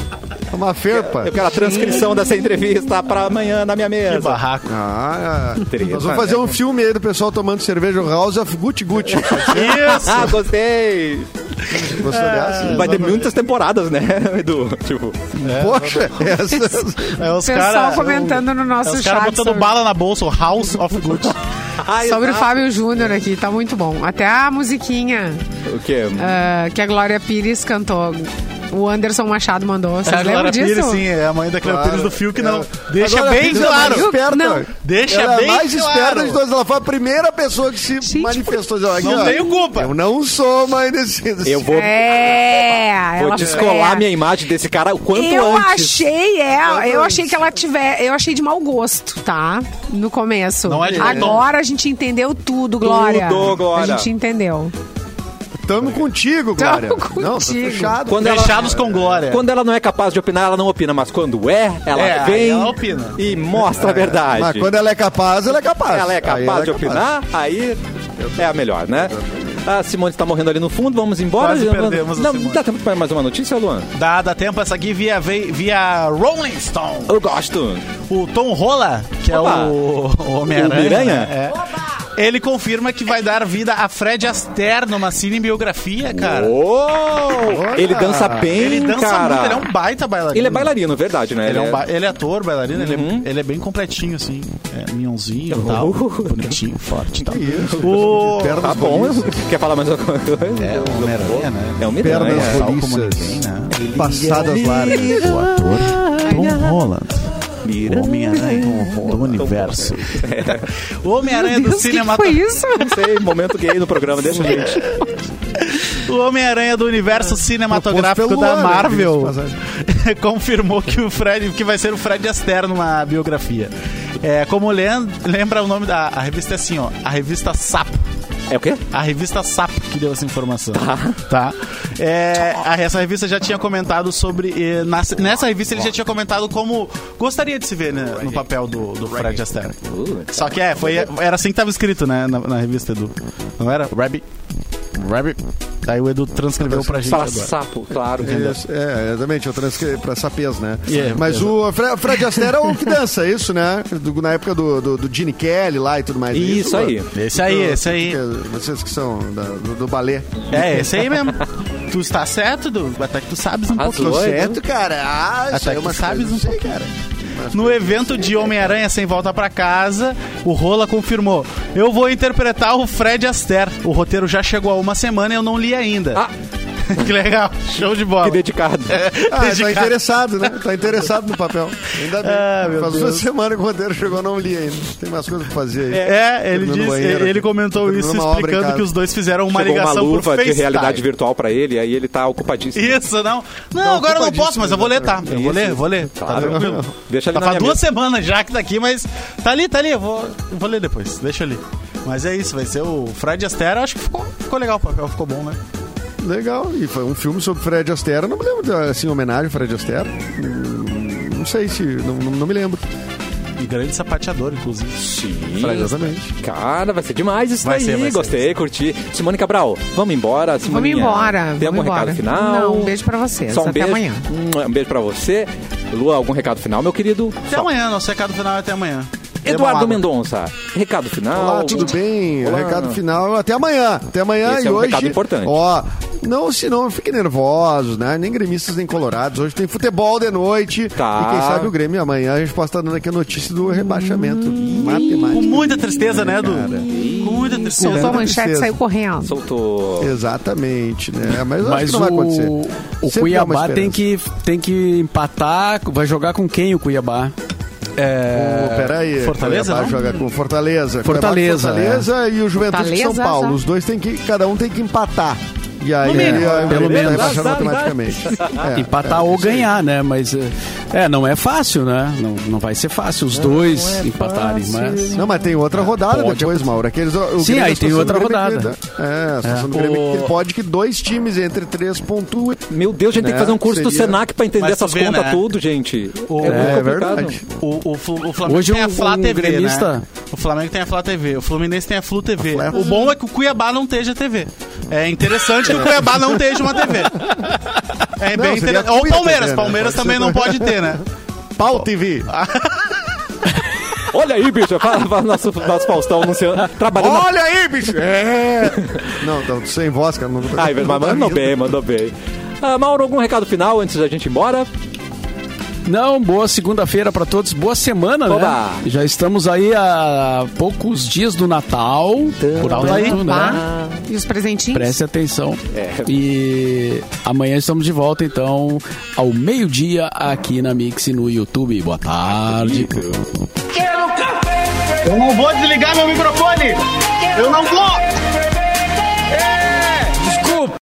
Speaker 5: É Uma ferpa.
Speaker 1: eu quero a transcrição dessa entrevista pra amanhã na minha mesa.
Speaker 3: Barraco.
Speaker 5: Ah,
Speaker 1: Treta,
Speaker 5: nós vamos fazer um filme aí do pessoal tomando cerveja House of Gucci Gucci.
Speaker 3: Isso.
Speaker 1: Ah, gostei!
Speaker 5: Gostou dessa?
Speaker 1: Vai ter muitas temporadas, né, Edu? Tipo,
Speaker 5: Poxa, essas.
Speaker 3: É os
Speaker 2: O pessoal
Speaker 3: caras.
Speaker 2: comentando no nosso
Speaker 3: é os
Speaker 2: chat.
Speaker 3: caras botando
Speaker 2: sobre-
Speaker 3: bala na bolsa, o House of Good.
Speaker 1: ai,
Speaker 2: Sobre o
Speaker 1: ah,
Speaker 2: Fábio Júnior aqui, tá muito bom. Até a musiquinha
Speaker 1: O quê?
Speaker 5: É.
Speaker 2: ah, que a Glória Pires cantou. O Anderson Machado mandou. Vocês
Speaker 3: É a
Speaker 2: lembram
Speaker 3: Clara
Speaker 2: disso?
Speaker 3: Pires, sim, é a mãe da Clara
Speaker 5: Claro.
Speaker 3: Pires do fio que
Speaker 5: Ela-
Speaker 3: não. Deixa
Speaker 5: Agora a
Speaker 3: bem
Speaker 5: Pires é
Speaker 3: claro.
Speaker 5: mais esperta.
Speaker 2: Não.
Speaker 3: Deixa
Speaker 5: Ela é
Speaker 3: bem
Speaker 5: mais
Speaker 3: claro.
Speaker 5: esperta de todas. Ela foi a primeira pessoa que se manifestou. Aqui,
Speaker 3: não
Speaker 5: ó,
Speaker 3: tenho culpa.
Speaker 5: Eu não sou mãe desse. desse-
Speaker 1: Eu vou,
Speaker 2: É,
Speaker 1: vou
Speaker 2: ela
Speaker 1: descolar
Speaker 2: é.
Speaker 1: minha imagem desse cara o quanto
Speaker 2: eu
Speaker 1: antes.
Speaker 2: achei, é, eu achei
Speaker 5: antes.
Speaker 2: que ela tiver, eu achei de mau gosto, tá? No começo.
Speaker 3: Não é de bom
Speaker 2: Agora a gente entendeu tudo, Glória.
Speaker 1: Tudo, Glória.
Speaker 2: A gente entendeu.
Speaker 5: Tamo contigo, Glória.
Speaker 2: contigo.
Speaker 5: Não, tô fechado.
Speaker 1: Quando ela,
Speaker 3: Deixados com glória.
Speaker 1: quando ela não é capaz de opinar, ela não opina, mas quando é, ela
Speaker 3: É, aí
Speaker 1: vem
Speaker 3: ela opina.
Speaker 1: e mostra a verdade.
Speaker 5: Mas quando ela é capaz, ela é
Speaker 1: Se
Speaker 5: capaz.
Speaker 1: ela é
Speaker 5: Aí
Speaker 1: capaz de opinar, aí é a melhor, né? A Simone está morrendo ali no fundo, vamos embora.
Speaker 3: Quase
Speaker 1: Luan?
Speaker 3: perdemos a
Speaker 1: Não,
Speaker 3: Simone.
Speaker 1: dá tempo para mais uma notícia, Luan?
Speaker 3: Dá, dá tempo essa aqui via, vei- via Rolling Stone.
Speaker 1: Eu gosto.
Speaker 3: O Tom Rola, que
Speaker 1: Opa.
Speaker 3: é o, [LAUGHS] o
Speaker 1: O
Speaker 3: Homem-Aranha.
Speaker 1: Miranha?
Speaker 3: é. Ele confirma que vai dar vida a Fred Astaire numa cinebiografia, cara.
Speaker 1: Uou! Ele dança bem,
Speaker 3: ele dança
Speaker 1: cara.
Speaker 3: muito, ele é um baita bailarino.
Speaker 1: Ele é bailarino, verdade, né?
Speaker 3: Ele é, um ba- ele é ator, bailarino, ele é-
Speaker 1: Uhum.
Speaker 3: ele, é, bem completinho, assim. É, minhãozinho e tal. Bonitinho, forte e tal.
Speaker 5: O... Pernas
Speaker 1: Tá bom.
Speaker 5: bonitas,
Speaker 1: [LAUGHS] Quer falar mais alguma coisa?
Speaker 3: É, o Homem-Aranha, né?
Speaker 1: É um
Speaker 5: Pernas
Speaker 1: Miranha.
Speaker 3: Tal como
Speaker 5: roliças.
Speaker 3: ninguém, né?
Speaker 5: Passadas largas.
Speaker 3: O ator Tom Holland. O Homem-Aranha do universo.
Speaker 1: É.
Speaker 3: O Homem-Aranha
Speaker 2: Meu
Speaker 3: é do tá
Speaker 2: Deus, o que que foi
Speaker 3: cinematográfico.
Speaker 2: isso?
Speaker 1: Não sei, momento gay no programa, deixa a gente.
Speaker 3: O Homem-Aranha do universo cinematográfico
Speaker 5: pelo
Speaker 3: da
Speaker 5: ano,
Speaker 3: Marvel
Speaker 5: diga-se de
Speaker 3: [LAUGHS] confirmou que o Fred, que vai ser o Fred Astaire numa biografia. É, como lem- lembra o nome da a revista é assim, ó, a revista Sapo.
Speaker 1: É o quê?
Speaker 3: A revista Sapo que deu essa informação. Tá. É, a- essa revista já tinha comentado sobre. eh, na- nessa revista ele já tinha comentado como gostaria de se ver né, no papel do, do Fred Astaire. Só que é, foi, era assim que tava escrito, né, na, na revista, Edu. Não era? Rabbit. Rabbit. Aí o Edu transcreveu pra gente
Speaker 1: Fala
Speaker 3: agora.
Speaker 1: sapo, claro.
Speaker 5: Isso, é, exatamente, eu transcrevi pra sapês, né?
Speaker 3: Yeah,
Speaker 5: Mas o Fre- Fred Astaire é o que dança, isso, né? Do- na época do, do, do Gene Kelly lá e tudo mais. é
Speaker 1: Isso aí.
Speaker 3: Esse aí, esse aí.
Speaker 5: que- é, Vocês que são da- do, do balé.
Speaker 3: É, esse aí mesmo. tu está certo, Edu? Até que tu sabes um pouco.
Speaker 1: Arrasou, Edu.
Speaker 5: É, cara. Ah, isso
Speaker 3: Até
Speaker 5: aí é
Speaker 3: que
Speaker 5: uma
Speaker 3: tu sabes
Speaker 5: coisa,
Speaker 3: um
Speaker 5: não sei,
Speaker 3: pouquinho.
Speaker 5: cara. assim,
Speaker 3: No evento
Speaker 5: é.
Speaker 3: de Homem-Aranha Sem Volta Pra Casa, o Rola confirmou: Eu vou interpretar o Fred Astaire. O roteiro já chegou há uma semana e eu não li ainda.
Speaker 1: Ah.
Speaker 3: [LAUGHS] que legal, show de bola.
Speaker 1: Que dedicado.
Speaker 5: Ah, tá
Speaker 3: Dedicado.
Speaker 5: interessado, né? Tá interessado no papel. Ainda bem.
Speaker 3: Ah, meu
Speaker 5: Faz
Speaker 3: Deus.
Speaker 5: duas semanas que o roteiro chegou, eu não li ainda. Tem umas coisas pra fazer aí.
Speaker 3: É, ele,
Speaker 5: Terminando
Speaker 3: diz,
Speaker 5: no banheiro
Speaker 3: ele
Speaker 5: aqui.
Speaker 3: comentou
Speaker 5: Terminando
Speaker 3: isso
Speaker 5: uma obra em
Speaker 3: explicando
Speaker 5: casa. um
Speaker 3: que os dois fizeram uma
Speaker 1: Chegou uma
Speaker 3: ligação
Speaker 1: luva
Speaker 3: por
Speaker 1: de
Speaker 3: FaceTime.
Speaker 1: realidade virtual pra ele, aí ele tá ocupadíssimo.
Speaker 3: Isso, não. Não, agora eu não
Speaker 5: culpa
Speaker 3: posso, mas eu vou ler, tá? Eu vou
Speaker 1: Isso.
Speaker 3: ler, vou ler. Tá
Speaker 1: Claro.
Speaker 3: tranquilo.
Speaker 1: Deixa ele
Speaker 3: Tá
Speaker 1: na
Speaker 3: faz
Speaker 1: minha
Speaker 3: duas semanas já que tá aqui, mas tá ali, tá ali. Eu vou, eu vou ler depois, deixa ali. Mas é isso, vai ser o Fred Astaire. Eu Acho que ficou, ficou legal o papel, ficou bom, né?
Speaker 5: Legal, e foi um filme sobre Fred Astaire. Eu não me lembro, de, assim, homenagem ao Fred Astaire. Hum, Não sei se. Não, não- não me lembro.
Speaker 3: E grande sapateador, inclusive.
Speaker 1: Sim.
Speaker 5: Fred, exatamente.
Speaker 1: Cara, vai ser demais isso
Speaker 3: Vai
Speaker 1: daí.
Speaker 3: ser, vai ser.
Speaker 1: Gostei, curti. Simone Cabral, vamos embora,
Speaker 2: Vamos
Speaker 1: Simone.
Speaker 2: embora.
Speaker 1: Tem algum
Speaker 2: vamos embora.
Speaker 1: recado final?
Speaker 2: Não, um beijo pra vocês.
Speaker 1: Só um
Speaker 2: Até
Speaker 1: beijo.
Speaker 2: amanhã.
Speaker 1: Um beijo pra você. Lua, algum recado final, meu querido?
Speaker 3: Até
Speaker 1: Só.
Speaker 3: amanhã, nosso recado final é até amanhã.
Speaker 1: Eduardo
Speaker 3: Beba água.
Speaker 1: Mendonça, recado final.
Speaker 5: Olá, tudo bem?
Speaker 1: Olá.
Speaker 5: Recado final. Até amanhã. Até amanhã
Speaker 1: Esse
Speaker 5: e
Speaker 1: é um
Speaker 5: hoje.
Speaker 1: recado importante.
Speaker 5: Ó, não, se não, fiquem nervosos, né? Nem gremistas, nem colorados. Hoje tem futebol de noite.
Speaker 1: Tá.
Speaker 5: E quem sabe o Grêmio amanhã a gente pode estar dando aqui a notícia do rebaixamento. Hum,
Speaker 3: Com
Speaker 5: Matemática.
Speaker 3: muita tristeza, né, Edu? Com muita
Speaker 2: Soltou
Speaker 3: tristeza.
Speaker 2: a manchete e
Speaker 5: tristeza.
Speaker 2: saiu correndo.
Speaker 1: Soltou.
Speaker 5: É, Exatamente, né? Mas, eu acho
Speaker 4: Mas
Speaker 5: que não vai acontecer.
Speaker 4: o, o
Speaker 5: Sempre dá uma
Speaker 4: Cuiabá tem
Speaker 5: esperança.
Speaker 4: que, tem que empatar. Vai jogar com quem o Cuiabá?
Speaker 5: Pô,
Speaker 4: É,
Speaker 5: peraí.
Speaker 3: Fortaleza,
Speaker 5: Cuiabá
Speaker 3: não?
Speaker 5: joga com Fortaleza.
Speaker 4: Fortaleza, é.
Speaker 5: Cuiabá com Fortaleza e o Juventude de São
Speaker 2: Fortaleza,
Speaker 5: Paulo.
Speaker 2: já.
Speaker 5: Os dois tem que, cada um tem que empatar. E aí,
Speaker 3: No mínimo,
Speaker 5: aí,
Speaker 4: pelo
Speaker 5: ele tá
Speaker 4: menos. [LAUGHS]
Speaker 5: rebaixado matematicamente. É,
Speaker 4: empatar ou ganhar, né? Mas é, é, não é fácil, né? Não, não vai ser fácil os dois empatarem, mas.
Speaker 5: Não, mas tem outra rodada
Speaker 4: É, Pode
Speaker 5: depois, Mauro. Aqueles, o
Speaker 4: Sim,
Speaker 5: Grêmio-
Speaker 4: aí
Speaker 5: a situação
Speaker 4: tem
Speaker 5: do
Speaker 4: outra
Speaker 5: Grêmio é
Speaker 4: rodada.
Speaker 5: que- É, a situação do Grêmio é que pode que dois times entre três pontuem.
Speaker 1: Meu Deus, a gente tem que
Speaker 5: Né?
Speaker 1: fazer um curso do
Speaker 5: Seria-
Speaker 1: Senac pra entender
Speaker 3: Mas tu
Speaker 1: essas
Speaker 3: vê,
Speaker 1: contas
Speaker 3: né?
Speaker 1: tudo, gente.
Speaker 3: O-
Speaker 1: muito
Speaker 5: É,
Speaker 1: complicado.
Speaker 5: verdade.
Speaker 3: O, o, Flu- o Flamengo
Speaker 4: Hoje
Speaker 3: tem a
Speaker 4: um-
Speaker 3: Flá
Speaker 4: um
Speaker 3: TV, né?
Speaker 4: gremista-
Speaker 3: O Flamengo tem a Flá TV, o Fluminense tem a Flu TV.
Speaker 5: Flá.
Speaker 3: O bom é que o Cuiabá não esteja TV. É interessante que o Cuiabá não esteja uma TV. É
Speaker 5: Não,
Speaker 3: bem
Speaker 5: seria
Speaker 3: interessante. Ou o
Speaker 5: Cuiabá
Speaker 3: Palmeiras,
Speaker 5: TV, né?
Speaker 3: Palmeiras também não pode ter, né?
Speaker 5: Pau TV.
Speaker 1: Olha aí, bicho, fala, fala nosso, nosso Faustão anunciando. Trabalhando. na-
Speaker 5: Olha aí, bicho! É! Não, tô sem voz, cara. Não,
Speaker 1: Ai, mas
Speaker 5: não tá
Speaker 1: mandou
Speaker 5: vindo.
Speaker 1: bem, mandou bem. Ah, Mauro, algum recado final antes da gente ir embora?
Speaker 4: Não, boa segunda-feira para todos, boa semana,
Speaker 1: Oba.
Speaker 4: né? Já estamos aí a poucos dias do Natal, portanto,
Speaker 3: aí.
Speaker 4: né?
Speaker 2: Tá? E os presentinhos?
Speaker 4: Preste atenção. E amanhã estamos de volta, então, ao meio-dia aqui na Mix e no YouTube. Boa tarde.
Speaker 3: Eu não vou desligar meu microfone! Eu não vou!